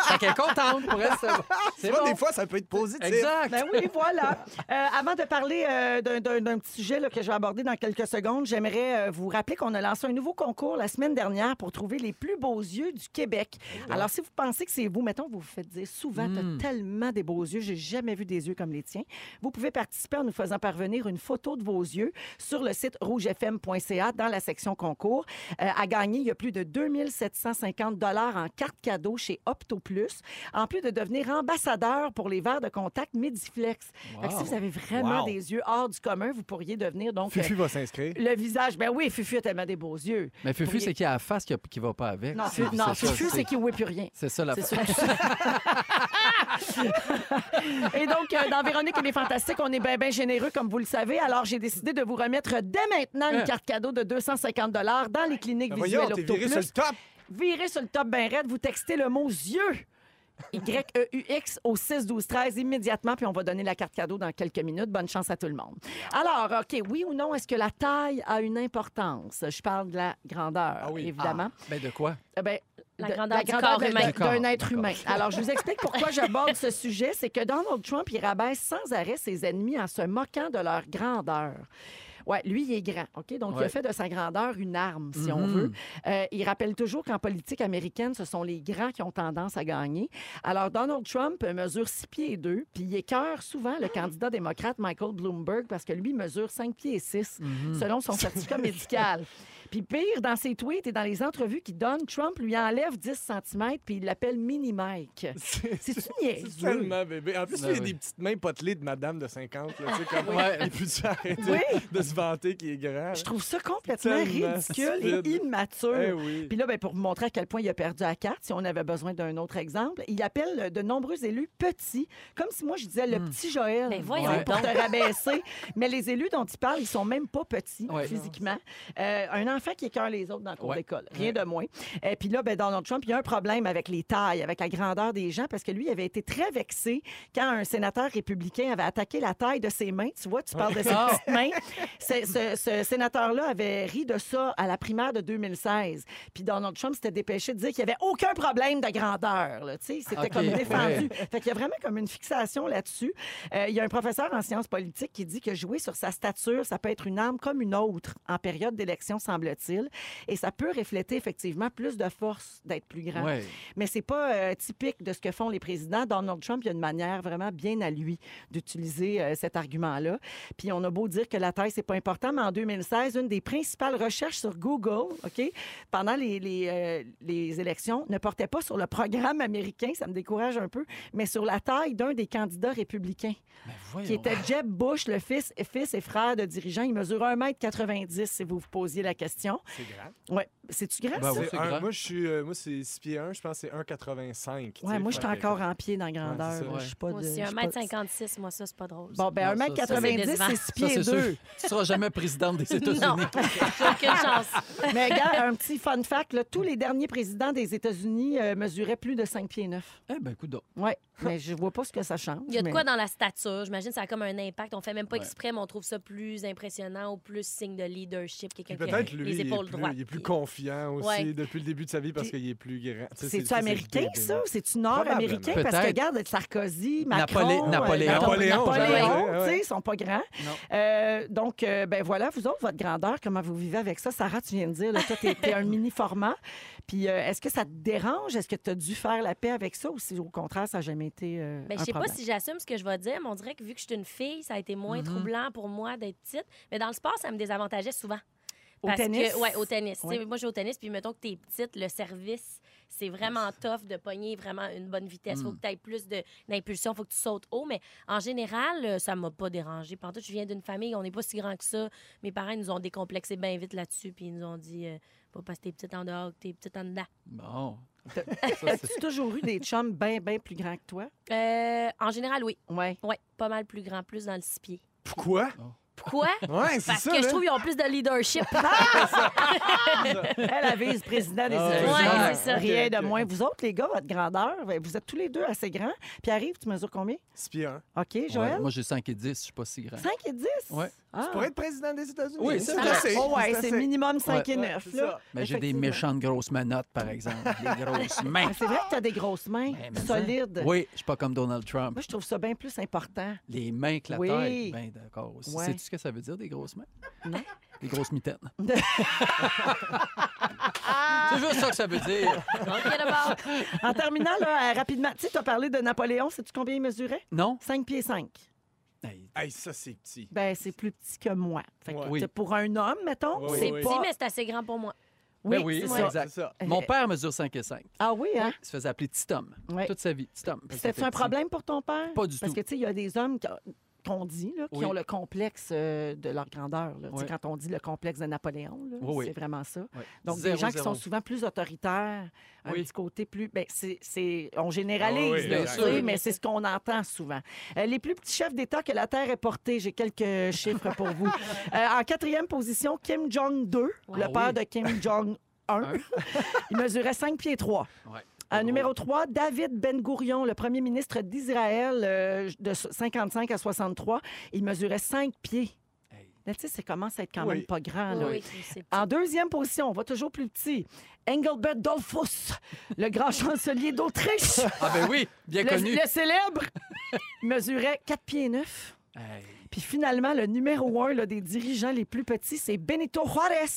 D: Fait qu'elle est contente pour elle. C'est bon.
C: Tu
D: C'est
C: vois,
D: bon.
C: des fois, ça peut être positif.
D: Exact.
B: Ben oui, voilà. Euh, avant de parler euh, d'un- d'un d'un petit sujet là, que je vais aborder dans quelques secondes, j'aimerais euh, vous rappeler qu'on a lancé un nouveau concours la semaine dernière pour trouver les plus beaux yeux du Québec. Alors, si vous pensez que c'est vous, mettons, vous vous faites dire souvent, t'as tellement des beaux yeux, j'ai jamais vu des yeux comme les tiens. Vous pouvez participer en nous faisant parvenir une photo de vos yeux sur le site rougefm.ca dans la section concours. Euh, à gagner, il y a plus de 2750 dollars en cartes cadeaux chez Opto Plus, en plus de devenir ambassadeur pour les verres de contact Mediflex. Fait que si
D: Wow.
B: vous avez vraiment
D: Wow.
B: des yeux hors du commun, vous pourriez devenir donc euh,
C: Fufu va s'inscrire.
B: le visage. Ben oui, Fufu a tellement des beaux yeux.
D: Mais Fufu,
B: Pourriez-
D: c'est qu'il y a la face qui a- qui va pas avec.
B: Non,
D: C'est-
B: Fufu- non,
D: c'est ça,
B: Fufu, c'est qu'il ne plus rien.
D: C'est ça la
B: C'est sûr. Et donc, euh, dans Véronique et les Fantastiques, on est bien, bien généreux, comme vous le savez. Alors, j'ai décidé de vous remettre dès maintenant une
D: Hein?
B: carte cadeau de 250 dans les cliniques
C: Ben
B: visuelles
C: voyons, t'es viré sur le
B: Optoplus.
C: top.
B: Virez sur le top ben raide, vous textez le mot « yeux ». Y-E-U-X au 6 12 13 immédiatement, puis on va donner la carte cadeau dans quelques minutes. Bonne chance à tout le monde. Alors, OK, oui ou non, est-ce que la taille a une importance? Je parle de la grandeur,
C: Ah oui.
B: évidemment.
D: Ben de quoi?
B: Eh ben,
A: La
B: de-
A: grandeur du corps
B: de-
A: humain.
B: de- d'un
D: Du corps,
B: être
D: d'accord.
B: humain. Alors, je vous explique pourquoi j'aborde ce sujet. C'est que Donald Trump, il rabaisse sans arrêt ses ennemis en se moquant de leur grandeur. Ouais, lui, il est grand, OK? Donc, il
D: Ouais.
B: a fait de sa grandeur une arme, si on
D: Mhm.
B: veut. Euh, il rappelle toujours qu'en politique américaine, ce sont les grands qui ont tendance à gagner. Alors, Donald Trump mesure 6 pieds et 2, puis il écœure souvent le candidat démocrate Michael Bloomberg parce que lui mesure 5 pieds et 6,
C: Mhm.
B: selon son certificat médical. Puis pire, dans ses tweets et dans les entrevues qu'il donne, Trump lui enlève 10 cm, puis il l'appelle Mini Mike. C'est-tu
C: C'est
B: niaiseux?
C: tellement bébé. En plus,
D: Ben
C: il y a
D: oui.
C: des petites mains potelées de madame de 50. Là, tu sais, comme,
D: Ouais.
C: Il peut s'arrêter
B: Oui.
C: de se vanter qu'il est grand.
B: Je trouve ça complètement
C: Tellement
B: ridicule et
C: stupide.
B: immature.
C: Eh oui.
B: Puis là, ben, pour vous montrer à quel point il a perdu la carte, si on avait besoin d'un autre exemple, il appelle euh, de nombreux élus petits, comme si moi je disais le
D: Hmm.
B: petit Joël.
A: Ben, voyons
B: pour
A: donc.
B: te rabaisser. Mais les élus dont il parle, ils sont même pas petits
D: Ouais.
B: physiquement. Euh, un enfants qui écœurent les autres dans le cours
D: Ouais.
B: d'école. Rien de moins. Et puis là, ben, Donald Trump, il y a un problème avec les tailles, avec la grandeur des gens, parce que lui, il avait été très vexé quand un sénateur républicain avait attaqué la taille de ses mains. Tu vois, tu parles de ses
D: Ah.
B: petites mains. C'est- Ce, ce sénateur-là avait ri de ça à la primaire de 2016. Puis Donald Trump s'était dépêché de dire qu'il n'y avait aucun problème de grandeur. là. Tu sais, C'était
D: Ok,
B: comme défendu.
D: ouais.
B: Fait qu'il y a vraiment comme une fixation là-dessus. Euh, il y a un professeur en sciences politiques qui dit que jouer sur sa stature, ça peut être une arme comme une autre en période d'élection, semble-t-il. Et ça peut refléter effectivement plus de force d'être plus grand.
D: Ouais.
B: Mais c'est pas euh, typique de ce que font les présidents. Donald Trump, il y a une manière vraiment bien à lui d'utiliser euh, cet argument-là. Puis on a beau dire que la taille, c'est pas important, mais en 2016, une des principales recherches sur Google, OK, pendant les, les, euh, les élections, ne portait pas sur le programme américain, ça me décourage un peu, mais sur la taille d'un des candidats républicains,
D: Ben,
B: qui
D: voyons.
B: était Jeb Bush, le fils, fils et frère de dirigeant. Il mesure 1m90, si vous vous posiez la question.
C: C'est grave.
B: Ouais, c'est-tu grave?
D: Ben
B: ça?
D: oui, c'est
C: Un-
D: grand.
C: moi, je suis, euh, moi, c'est 6 pieds 1, je pense que c'est 1,85. tu
B: Ouais,
C: sais,
B: moi, je suis
C: fait que-
B: encore en pied dans la
C: Ouais, c'est ça.
B: grandeur. là.
D: Ouais.
B: Je suis pas
A: Moi
B: de-
A: aussi,
B: je suis pas-
A: 1m56, moi, ça, c'est pas drôle.
B: Bon, ben,
D: Non, ça, ça,
B: 1m90,
A: c'est
B: c'est 6
D: Ça,
B: pieds
D: c'est sûr.
B: 2.
D: Tu seras jamais présidente des États-Unis.
A: Non, j'ai aucune chance.
B: Mais regarde, un petit fun fact, là, tous les derniers présidents des États-Unis euh, mesuraient plus de 5 pieds 9.
D: Eh ben, coudonc.
B: Oui, mais je vois pas ce que ça change.
A: Il y a de
B: mais-
A: quoi dans la stature? J'imagine que ça a comme un impact. On fait même pas exprès, mais on trouve ça plus impressionnant ou plus signe de leadership.
C: Puis
A: Quelqu'un qui a
C: Peut-être lui,
A: les
C: il est,
A: épaules
C: plus,
A: droites.
C: il est plus confiant aussi
A: Ouais.
C: depuis le début de sa vie parce qu'il est plus grand. Tu sais, c'est-
B: C'est-tu
C: c'est-
B: américain,
C: c'est-
B: ça? ou C'est-tu nord-américain? Parce que,
D: Peut-être.
B: regarde, Sarkozy, Macron...
D: Napolé-
B: euh,
D: Napoléon.
C: Napoléon,
B: Napoléon,
C: j'allais dire,
B: tu sais,
C: ouais.
B: ils sont pas grands.
D: Non.
B: Euh, donc, euh, ben voilà, vous autres, votre grandeur, comment vous vivez avec ça? Sarah, tu viens de dire, là, toi, t'es t'es un mini-format. Puis, euh, est-ce que ça te dérange? Est-ce que tu as dû faire la paix avec ça? Ou si, au contraire, ça n'a jamais été euh,
A: Ben,
B: un
A: je sais pas
B: problème? Mm-hmm.
A: si j'assume ce que je vais dire, mais on dirait que vu que je suis une fille, ça a été moins troublant pour moi d'être petite. Mais dans le sport, ça me désavantageait souvent.
B: Au
A: Parce
B: tennis?
A: Que, ouais, au tennis. Tu sais,
B: Ouais.
A: Moi, je joue au tennis, puis mettons que t'es petite, le service, c'est vraiment tough de pogner vraiment une bonne vitesse.
C: Mm.
A: Faut que t'aies plus de- d'impulsion, faut que tu sautes haut. Mais en général, euh, ça m'a pas dérangé. Pendant je viens d'une famille, on n'est pas si grand que ça. Mes parents ils nous ont décomplexé bien vite là-dessus, puis ils nous ont dit, euh, pas parce que t'es petite en dehors, que t'es petite en dedans.
D: Bon.
B: As-tu toujours eu des chums bien, bien plus grands que toi?
A: Euh, en général, oui.
B: Oui.
A: Ouais, pas mal plus grand, plus dans le six pieds.
C: Pourquoi?
A: Pourquoi?
C: Ouais, c'est
A: Parce
C: ça.
A: que
C: là.
A: je trouve qu'ils ont plus de leadership.
B: Elle avait le président des
D: Ah,
B: États-Unis.
A: ouais, c'est ça.
B: Rien
C: Ok,
B: de
C: ok.
B: moins. Vous autres, les gars, votre grandeur, ben, vous êtes tous les deux assez grands. Puis arrive, tu mesures combien?
C: Six pieds 1.
B: OK,
D: Ouais,
B: Joël?
D: moi, j'ai 5 et 10, je suis pas si grand.
B: 5 et 10?
D: Ouais.
B: Ah.
C: Pour être président des États-Unis.
D: Oui, c'est
C: assez.
D: vrai.
B: Oh ouais, c'est
C: assez.
B: minimum 5 et
C: Ouais,
B: 9.
C: c'est
B: là.
C: ça.
D: Mais j'ai des
B: Effectivement.
D: méchantes grosses menottes, par exemple. des grosses mains.
B: Mais Ah, C'est vrai que tu as des grosses mains
D: Ben, mais ça.
B: solides.
D: Oui, je suis pas comme Donald Trump.
B: Moi, je trouve ça bien plus important.
D: Les mains que la
B: Oui.
D: taille. Ben d'accord. aussi.
B: Ouais.
D: Sais-tu ce que ça veut dire, des grosses mains? Non. Des grosses mitaines. C'est juste ça que ça veut dire.
A: Forget about.
B: En terminant, là, euh, rapidement, tu sais, tu as parlé de Napoléon. Sais-tu combien il mesurait?
D: Non? Ben,
B: 5 pieds 5.
D: Hey,
C: Hey, ça, c'est petit.
B: Ben, c'est plus petit que moi. Fait que
C: Ouais.
D: Oui.
B: t'as- Pour un homme, mettons,
C: Oui,
B: c'est
C: oui.
A: Si,
B: pas...
A: mais c'est assez grand pour moi.
B: Oui,
D: Ben oui,
B: c'est
D: ouais,
B: ça.
D: exact.
C: C'est ça.
D: Mon père mesure 5 et 5.
B: Euh, Ah oui, hein?
D: Il se faisait appeler petit homme
B: Ouais.
D: toute sa vie. Petit homme.
B: C'était un problème pour ton père?
D: Pas du
B: Parce
D: tout.
B: que, tu sais, il y a des hommes qui- qu'on dit, là, qui
D: Oui.
B: ont le complexe euh, de leur grandeur. là. Tu sais,
D: Oui.
B: Quand on dit le complexe de Napoléon, là,
D: Oui, oui.
B: c'est vraiment ça.
D: Ouais.
B: Donc,
D: Zéro,
B: des gens qui
D: zéro.
B: sont souvent plus autoritaires, un
D: Oui.
B: petit côté plus... Ben, c'est, c'est- On généralise,
C: Ah oui, oui,
B: là,
D: bien
B: tu sais,
A: sûr.
B: mais c'est ce qu'on entend souvent. Euh, les plus petits chefs d'État que la Terre ait portés, j'ai quelques chiffres pour vous. Euh, en quatrième position, Kim Jong-2, le
D: Ah
B: père de
D: oui.
B: Kim Jong-1. il mesurait 5 pieds 3.
D: Ouais.
B: Euh, numéro 3, David Ben-Gourion, le premier ministre d'Israël euh, de 55 à 63. Il mesurait 5 pieds.
D: Hey.
B: Là, tu sais, ça commence à être quand
C: Oui.
B: même pas
C: Ah,
B: grand.
A: Oui,
B: Là.
A: oui, tu sais.
B: En deuxième position, on va toujours plus petit. Engelbert Dollfuss, le grand chancelier d'Autriche,
D: Ah ben oui, bien
B: le,
D: connu.
B: le célèbre, mesurait 4 pieds 9.
D: Hey.
B: Puis finalement, le numéro un là, des dirigeants les plus petits, c'est Benito Juarez.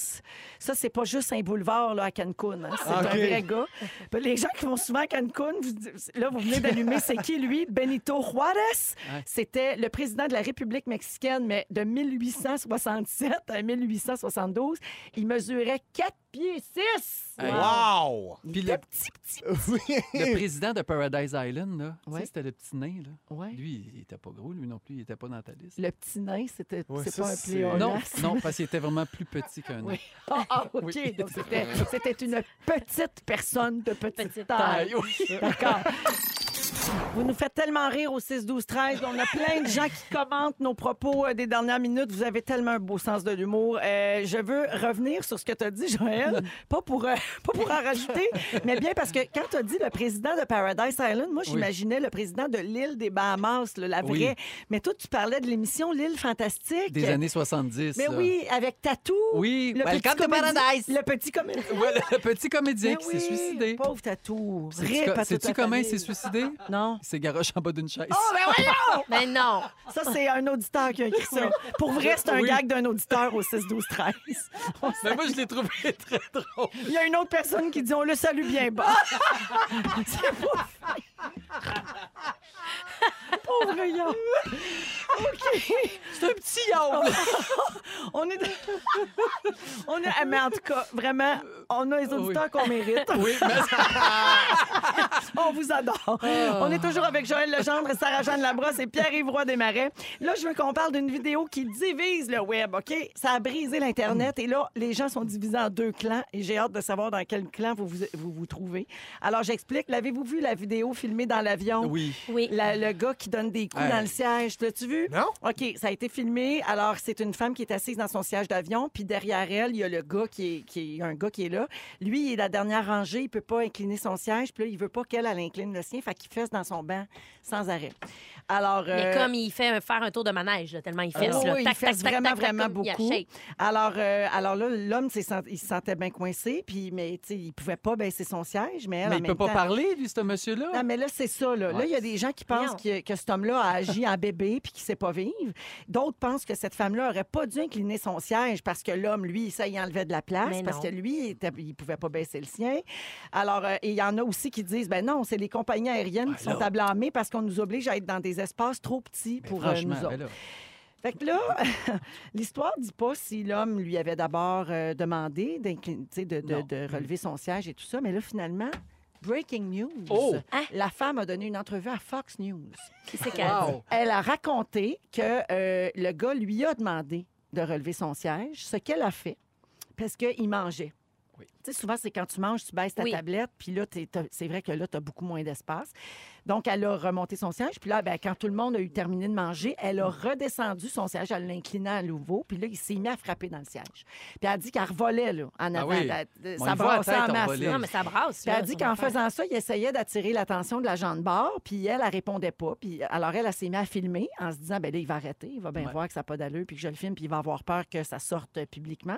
B: Ça, c'est pas juste un boulevard là, à Cancun. hein. C'est
C: Ah, ok.
B: un vrai gars. Puis les gens qui vont souvent à Cancun, vous- là, vous venez d'allumer, c'est qui lui? Benito Juarez.
D: Ouais.
B: C'était le président de la République mexicaine, mais de 1867 à 1872. Il mesurait 4 pieds 6.
D: Hey.
C: Wow!
B: Il
D: Puis
B: était
D: le-
B: petit, petit.
D: Le président de Paradise Island, là, tu sais,
B: Ouais.
D: c'était le petit nain. Là.
B: Ouais.
D: Lui, il était pas gros, lui non plus, il était pas dans ta liste.
B: Le petit nain, c'était
C: Ouais,
B: c'est
C: ça,
B: pas un
C: c'est-
B: pléonasme.
D: Non, non, parce qu'il était vraiment plus petit qu'un nain.
B: Oui. Ah, ah, OK.
D: Oui.
B: Donc, c'était, c'était une petite personne de petite, taille.
A: Petite
D: Taille, oui.
B: D'accord. Vous nous faites tellement rire au 6-12-13. On a plein de gens qui commentent nos propos euh, des dernières minutes. Vous avez tellement un beau sens de l'humour. Euh, je veux revenir sur ce que tu as dit, Joël. Pas pour, euh, pas pour en rajouter, mais bien parce que quand tu as dit le président de Paradise Island, moi, j'imaginais le président de l'île des Bahamas, là, la vraie.
D: Oui.
B: Mais toi, tu parlais de l'émission L'île fantastique.
D: Des années 70.
B: Mais
D: là.
B: oui, avec Tatou.
D: Oui, ben, le
B: petit
D: Camp de
B: comédien-
D: Paradise.
B: Le petit comédien.
D: Ouais, le petit comédien
B: Mais
D: qui
B: oui,
D: s'est suicidé.
B: Pauvre Tatou.
D: Sais-tu
B: Rip à
D: co-
B: toute
D: Sais-tu
B: la
D: comment il
B: famille.
D: s'est suicidé?
B: Non.
D: Il s'est garoché en bas d'une chaise.
B: Oh, ben
C: Ah.
B: voyons!
A: Mais non.
B: Ça, c'est un auditeur qui a écrit ça. Pour vrai, c'est un
D: Oui.
B: gag d'un auditeur au 6, 12, 13.
D: Mais moi, je l'ai trouvé très drôle.
B: Il y a une autre personne qui dit on le salue bien bas. c'est pas fait. Pauvre Yann. OK.
D: C'est un petit yaourt.
B: On est. on est... Mais en tout cas, vraiment, on a les auditeurs qu'on mérite.
D: Oui, mais
B: On vous adore. On est toujours avec Joël Legendre, Sarah-Jeanne Labrosse et Pierre-Yves Roy Desmarais. Là, je veux qu'on parle d'une vidéo qui divise le web, OK? Ça a brisé l'Internet et là, les gens sont divisés en deux clans et j'ai hâte de savoir dans quel clan vous vous, vous, vous trouvez. Alors, j'explique. L'avez-vous vu la vidéo filmée dans l'avion?
D: Oui.
A: Oui.
B: La- le gars qui donne des coups
D: Hey.
B: dans le siège, l'as-tu vu?
C: Non.
B: OK, ça a été filmé. Alors, c'est une femme qui est assise dans son siège d'avion, puis derrière elle, il y a le gars qui est, qui est- un gars qui est là. Lui, il est la dernière rangée, il peut pas incliner son siège, puis là, il veut pas qu'elle elle incline le sien, fait qu'il fesse dans son banc sans arrêt. Alors
A: Mais
B: euh, Ah
A: comme il fait un- faire un tour de manège, là, tellement il fesse.
B: oui,
A: là.
B: oui,
A: Tac,
B: il
A: tac,
B: fesse
A: tac,
B: vraiment,
A: tac, tac,
B: vraiment
A: comme il
B: beaucoup.
A: achète.
B: Alors, euh, alors là, l'homme s'est sent- il se sentait bien coincé, puis mais tu sais, il pouvait pas baisser son siège, mais elle en
D: il
B: même
D: peut pas
B: temps-
D: parler, lui, ce monsieur-là.
B: Non, mais là, c'est ça. Là, Là, il y a des gens qui pensent
A: Voyons.
B: que, que cet homme-là a agi en bébé puis qu'il sait pas vivre. D'autres pensent que cette femme-là aurait pas dû incliner son siège parce que l'homme, lui, ça, il enlevait de la place
A: Mais
B: parce
A: non.
B: que lui, il, était- il pouvait pas baisser le sien. Alors, euh, et il y en a aussi qui disent, ben non, c'est les compagnies aériennes qui sont à blâmer parce qu'on nous oblige à être dans des espaces trop petits
D: Mais
B: pour euh,
D: franchement,
B: nous autres.
D: ben là,
B: Fait que là, l'histoire dit pas si l'homme lui avait d'abord euh, demandé d'inclin- tu sais, de, de-
D: Non. Mm.
B: de relever son siège et tout ça, mais là, finalement, breaking news.
D: Oh!
A: Hein?
B: La femme a donné une entrevue à Fox News.
A: Qui c'est qu'elle dit?
D: wow.
B: Elle a raconté que euh, le gars lui a demandé de relever son siège, ce qu'elle a fait, parce qu'il mangeait.
D: Oui.
B: Tu sais, souvent, c'est quand tu manges, tu baisses ta
A: Oui.
B: tablette, puis là, t'es- t'as- c'est vrai que là, tu as beaucoup moins d'espace. Donc, elle a remonté son siège, puis là, ben, quand tout le monde a eu terminé de manger, elle a redescendu son siège, elle l'a incliné à nouveau, puis là, il s'est mis à frapper dans le siège. Puis elle a dit qu'elle revolait, là, en avant.
D: Ah oui.
B: Elle- elle-
D: On
B: ça
D: y voit la
B: brassait
D: tête
B: en masse,
D: envolée.
B: là.
A: Non, mais ça brasse.
B: Puis elle
A: là,
B: dit
A: son
B: qu'en
A: affaire.
B: faisant ça, il essayait d'attirer l'attention de l'agent de bord, puis elle, elle répondait pas. Puis alors elle, elle s'est mise à filmer en se disant, ben là, il va arrêter, il va bien voir que ça n'a pas d'allure, puis que je le filme, puis il va avoir peur que ça sorte euh, publiquement.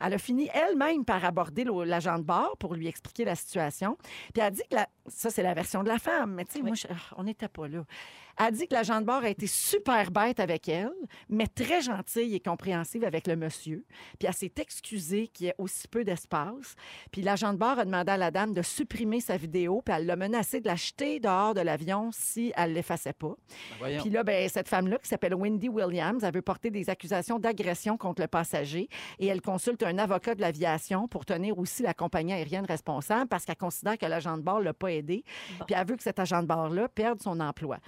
B: Elle a fini elle-même par aborder le- l'agent de bord pour lui expliquer la situation. Puis elle dit que la- ça, c'est la version de la femme, mais tu sais, moi, je- ah, on n'était pas là. Elle dit que l'agent de bord a été super bête avec elle, mais très gentille et compréhensive avec le monsieur. Puis elle s'est excusée qu'il y ait aussi peu d'espace. Puis l'agent de bord a demandé à la dame de supprimer sa vidéo, puis elle l'a menacée de la jeter dehors de l'avion si elle l'effaçait pas.
D: ben voyons.
B: Puis là, ben, cette femme-là, qui s'appelle Wendy Williams, avait porté des accusations d'agression contre le passager et elle consulte un avocat de l'aviation pour tenir aussi la compagnie aérienne responsable parce qu'elle considère que l'agent de bord l'a pas aidé. Puis elle veut que cet agent de bord-là perde son emploi.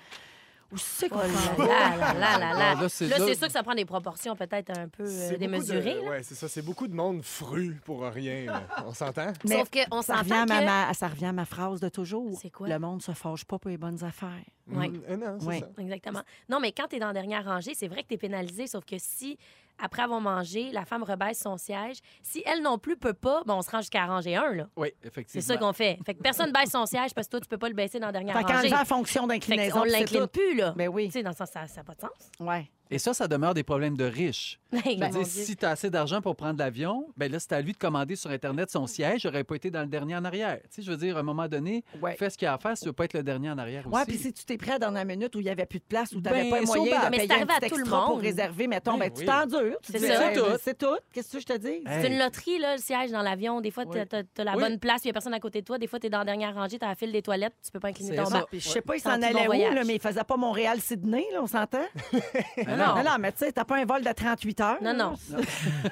B: Où c'est qu'on s'en va?
A: Oh Là, là, là, là, là.
D: Ah, là, c'est-
A: Là,
D: là-
A: c'est sûr que ça prend des proportions peut-être un peu euh,
C: C'est
A: démesurées.
C: beaucoup de-
A: là.
C: Ouais, c'est ça. C'est beaucoup de monde fru pour rien. là. On s'entend?
B: Mais
A: Sauf qu'on
B: ça revient, à
A: s'entend
B: ma,
A: que...
B: ma- ça revient à ma phrase de toujours.
A: C'est quoi?
B: Le monde se fâche pas pour les bonnes affaires.
A: Ouais.
C: Mm, eh non, c'est
B: Ouais.
C: ça.
A: Exactement. Non, mais quand tu es dans la dernière rangée, c'est vrai que tu es pénalisé, sauf que si, après avoir mangé, la femme rebaisse son siège, si elle non plus peut pas, ben on se rend jusqu'à ranger un, là.
D: Oui,
A: C'est
D: effectivement.
A: ça qu'on fait. Fait que personne baisse son siège parce que toi, tu peux pas le baisser dans la dernière
B: Fait qu'en
A: rangée.
B: faisant en fonction
A: Fait que
B: d'inclinaison,
A: on
B: puis c'est
A: l'incline
B: tout.
A: plus, là.
B: Ben oui.
A: Tu sais, dans le sens, ça n'a pas de sens.
B: Ouais.
D: Et ça, ça demeure des problèmes de riches.
A: Hey,
B: Ben,
D: Je veux
A: mon
D: dire,
A: Dieu.
D: si tu as assez d'argent pour prendre l'avion, ben là, c'est à lui de commander sur Internet son siège. J'aurais pas été dans le dernier en arrière. Tu sais, je veux dire, à un moment donné,
B: Ouais.
D: fais ce qu'il y a à faire. Si tu veux pas être le dernier en arrière
B: Oui,
D: aussi.
B: puis si tu t'es prêt à la dernière minute où il n'y avait plus de place, où tu n'avais
D: Ben,
B: pas les moyens
D: sauvable.
B: de
A: Mais c'est
B: payer un
A: arrivé à
B: petit
A: tout le
B: extra pour
A: monde.
B: réserver, mettons, ben,
D: Ben
B: tu
D: oui.
B: t'endures. tu
A: C'est
B: dis,
A: ça.
B: hey,
D: C'est tout.
B: ben, C'est tout. Qu'est-ce que je te dis?
A: C'est une loterie, là, le siège dans l'avion. Des fois,
D: Oui.
A: t'as as, la
D: Oui.
A: bonne place, puis il n'y a personne à côté de toi. Des fois, t'es dans la dernière rangée, t'as la file des toilettes, tu peux pas incliner
D: C'est
A: ton
D: ça.
A: bas.
B: Puis je sais pas, il s'en
A: Senti bon
B: allait où,
A: voyage.
B: là, mais il faisait pas Montréal-Sydney, là, on s'entend?
D: Mais
B: Non,
D: non.
B: non, mais tu sais, t'as pas un vol de 38 heures.
A: Non, non.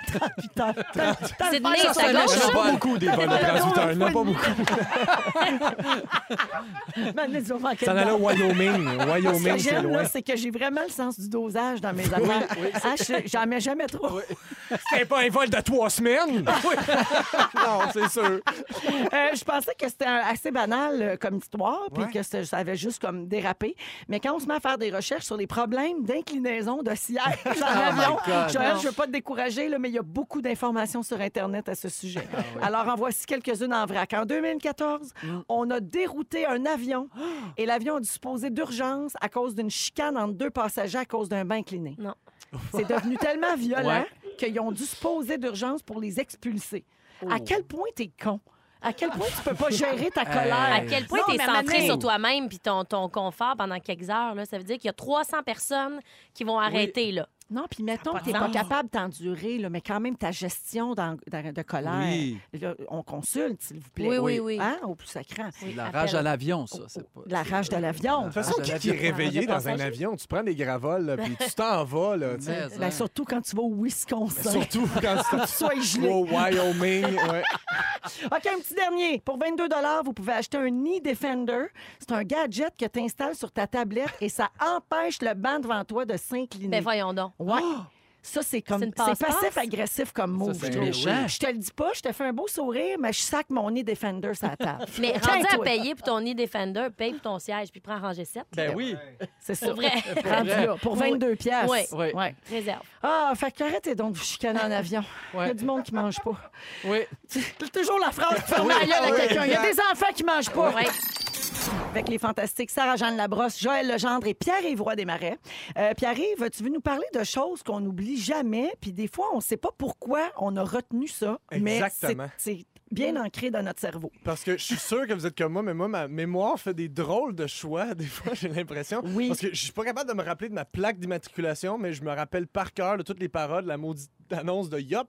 B: 38 heures. T'as- t'as le
A: Sydney,
B: vol
A: c'est
B: sur le
A: à gauche,
C: Il n'y en a
B: champ.
C: pas beaucoup des vols de
B: T'as raison,
C: 38 heures. Il n'y en a
B: une fois
C: pas
B: et
C: beaucoup.
B: Maintenant, ils vont manquer
C: T'en
B: de
C: allais au
B: dents.
C: Wyoming.
B: Ce que
C: Wyoming, c'est
B: j'aime,
C: loin.
B: là, c'est que j'ai vraiment le sens du dosage dans mes affaires. Hein, je- J'en mets jamais trop.
C: C'était pas un vol de trois semaines? non, c'est sûr.
B: Euh, je pensais que c'était un- assez banal euh, comme histoire, puis
C: Ouais.
B: que c'était- ça avait juste comme dérapé. Mais quand on se met à faire des recherches sur les problèmes d'inclinaison de siège en avion,
D: Oh God.
B: Joël, je veux pas te décourager, là, mais il y a beaucoup d'informations sur Internet à ce sujet.
D: Ah
B: Alors, en voici quelques-unes en vrac. En 2014,
D: Mm.
B: on a dérouté un avion et l'avion a dû se poser d'urgence à cause d'une chicane entre deux passagers à cause d'un bain incliné.
A: Non.
B: C'est devenu tellement violent
D: Ouais.
B: qu'ils ont dû se poser d'urgence pour les expulser. À quel point t'es con? À quel point tu peux pas gérer
A: Euh,
B: ta colère?
A: À quel point
B: Non,
A: tu es
B: mais
A: centré
B: Mané-
A: sur toi-même puis ton, ton confort pendant quelques heures, là, ça veut dire qu'il y a 300 personnes qui vont arrêter. là.
B: Non, puis mettons
A: pas
B: que
A: de
B: t'es pas
A: sens.
B: capable d'endurer, là, mais quand même ta gestion d'en- d'en- de colère.
D: Oui.
B: Là, on consulte, s'il vous plaît.
A: Oui, oui, oui.
B: Hein, Au plus sacrant.
A: Oui,
D: La
A: appel.
D: rage à l'avion, ça. C'est pas...
B: La rage de l'avion.
C: De toute façon,
D: Ah,
C: qui
D: de
C: qui est
A: l'avion.
C: réveillé
A: Ah,
C: dans
A: de
C: un
A: passager.
C: avion? Tu prends des gravoles, là, puis tu t'en vas, là, tu sais.
D: Mais,
B: Ben,
D: hein.
B: surtout quand tu vas au Wisconsin.
C: Surtout quand
B: tu sois
C: tu
B: gelé.
C: vas au Wyoming. ouais.
B: OK, un petit dernier. Pour 22 vous pouvez acheter un e Defender. C'est un gadget que tu installes sur ta tablette et ça empêche le banc devant toi de s'incliner.
A: Ben voyons donc.
B: Ouais. Ça, c'est comme.
A: Ah! C'est une
B: C'est
A: passe-passe?
B: passif-agressif comme mot,
D: c'est
B: je trouve.
D: méchant.
B: Je te le dis pas, je te fais un beau sourire, mais je sac mon nez Defender sur la table.
A: Mais
B: Tiens,
A: rendu à
B: toi.
A: payer pour ton nid Defender, paye pour ton siège puis prends rangée 7.
D: Ben oui.
B: C'est ça.
A: Pour vrai.
B: Rendu là, pour 22 pièces.
A: Ouais.
D: Ouais.
A: Réserve.
B: Ah, fait qu'arrêtez donc de vous chicaner en avion. Il y a
D: Ouais.
B: du monde qui mange pas.
D: Oui.
B: C'est toujours la phrase qui ferme la gueule à quelqu'un. Il y a des enfants qui mangent pas. Avec les fantastiques Sarah-Jeanne Labrosse, Joël Legendre et Pierre-Yves Roy Desmarais. Euh, Pierre-Yves, tu veux nous parler de choses qu'on n'oublie jamais, puis des fois, on ne sait pas pourquoi on a retenu ça,
C: Exactement.
B: mais c'est- c'est bien ancré dans notre cerveau.
C: Parce que je suis sûr que vous êtes comme moi, mais moi, ma mémoire fait des drôles de choix, des fois, j'ai l'impression.
B: Oui.
C: Parce que je suis pas capable de me rappeler de ma plaque d'immatriculation, mais je me rappelle par cœur de toutes les paroles de la maudite annonce de Yop.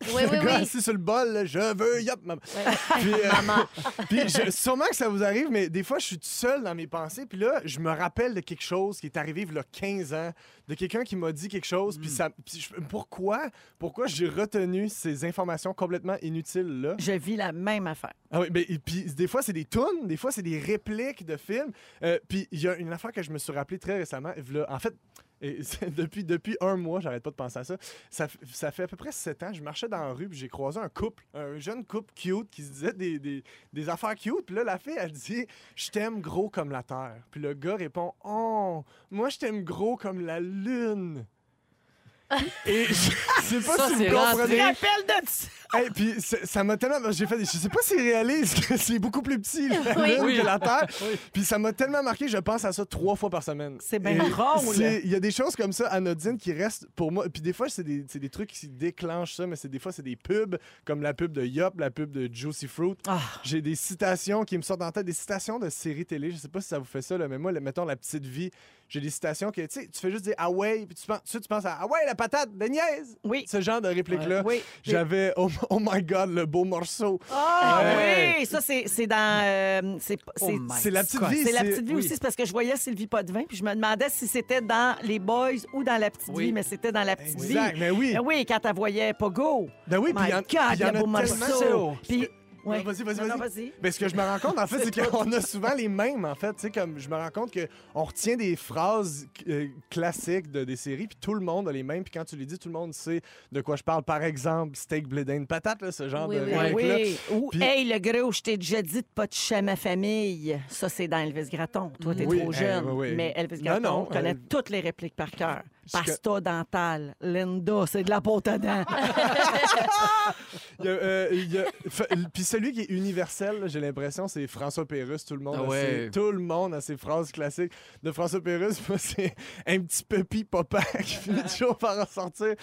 A: Oui, oui,
C: Le gars
A: oui.
C: assis sur le bol, là, je veux Yop, maman. Puis, euh, puis je- sûrement que ça vous arrive, mais des fois, je suis tout seul dans mes pensées. Puis là, je me rappelle de quelque chose qui est arrivé il y a 15 ans, de quelqu'un qui m'a dit quelque chose. Puis, ça, puis je- pourquoi, pourquoi j'ai retenu ces informations complètement inutiles-là?
B: Je vis la même affaire.
C: Ah oui, ben, et puis des fois, c'est des tunes, des fois, c'est des répliques de films. Euh, puis il y a une affaire que je me suis rappelé très récemment. v'là- en fait, et c'est- depuis, depuis un mois, j'arrête pas de penser à ça. ça. f- Ça fait à peu près sept ans, je marchais dans la rue, puis j'ai croisé un couple, un jeune couple cute qui se disait des, des, des affaires cute. Puis là, la fille, elle dit Je t'aime gros comme la terre. Puis le gars répond Oh, moi, je t'aime gros comme la lune. Et je sais pas
D: Ça,
C: si vous
D: c'est rentré.
C: comprenez.
B: Rappelle de ça!
C: Hey, puis ça ça m'a tellement j'ai fait je sais pas s'il réalise que c'est beaucoup plus petit la
A: Oui.
C: Lune
D: Oui.
C: que la Terre. Puis ça m'a tellement marqué, je pense à ça trois fois par semaine.
B: C'est bien
C: Et
B: drôle.
C: c'est- Il y a des choses comme ça anodines qui restent pour moi. Puis des fois c'est des, c'est des trucs qui déclenchent ça, mais c'est des fois c'est des pubs comme la pub de Yop, la pub de Juicy Fruit.
B: Ah.
C: J'ai des citations qui me sortent en tête, des citations de séries télé. Je sais pas si ça vous fait ça, là, mais moi, le- mettons la petite vie. J'ai des citations que tu sais, tu fais juste dire ah ouais, puis tu penses, tu, sais, tu penses à ah ouais la patate, des niaises.
B: Oui.
C: Ce genre de réplique là.
B: Oui.
C: J'avais oh, oh my god, le beau morceau.
B: Ah
C: Ouais.
B: oui! Ça, c'est c'est dans. euh, c'est pas-
D: Oh
B: c'est-
D: my
C: C'est la petite vie.
B: C'est la petite vie
D: oui.
B: aussi, c'est parce que je voyais Sylvie Potvin, puis je me demandais si c'était dans Les Boys ou dans La Petite
D: Oui.
B: Vie, mais c'était dans La Petite
C: Exact,
B: Vie.
C: mais oui.
B: Ben oui, quand elle voyait Pogo.
C: Ben
B: My
C: oui, puis il y en- puis
B: God,
C: il y en
B: le
C: a
B: beau
C: tellement,
B: morceau.
C: c'est-
B: Puis...
C: Non, vas-y, vas-y,
B: Non, non,
C: vas-y.
B: vas-y.
C: Mais ce que je me rends compte, en fait, c'est qu'on a souvent les mêmes, en fait. Tu sais, comme je me rends compte qu'on retient des phrases euh, classiques de, des séries, puis tout le monde a les mêmes, puis quand tu les dis, tout le monde sait de quoi je parle. Par exemple, steak blédé, une patate, là, ce genre
A: Oui,
C: de
A: oui.
B: Ben
C: réplique-là.
B: oui. Ou
C: Puis-
B: Hey, le gros, je t'ai déjà dit de pas toucher à ma famille. Ça, c'est dans Elvis Gratton. Toi, t'es
C: Oui,
B: trop
C: eh,
B: jeune.
C: oui, oui.
B: Mais Elvis
C: Non,
B: Gratton
C: non,
B: connaît
C: euh,
B: toutes les répliques par cœur.
C: Jusque-
B: Pasta dentale, Linda, c'est de la peau à dents.
C: Ah Il y a, euh, il y a- fa- Puis celui qui est universel, là, j'ai l'impression, c'est François Pérusse. Tout le monde,
D: Ah
C: a
D: ouais.
C: ses- tout le monde a ses phrases classiques de François Pérusse. Moi, c'est un petit puppy papa qui finit toujours par en sortir.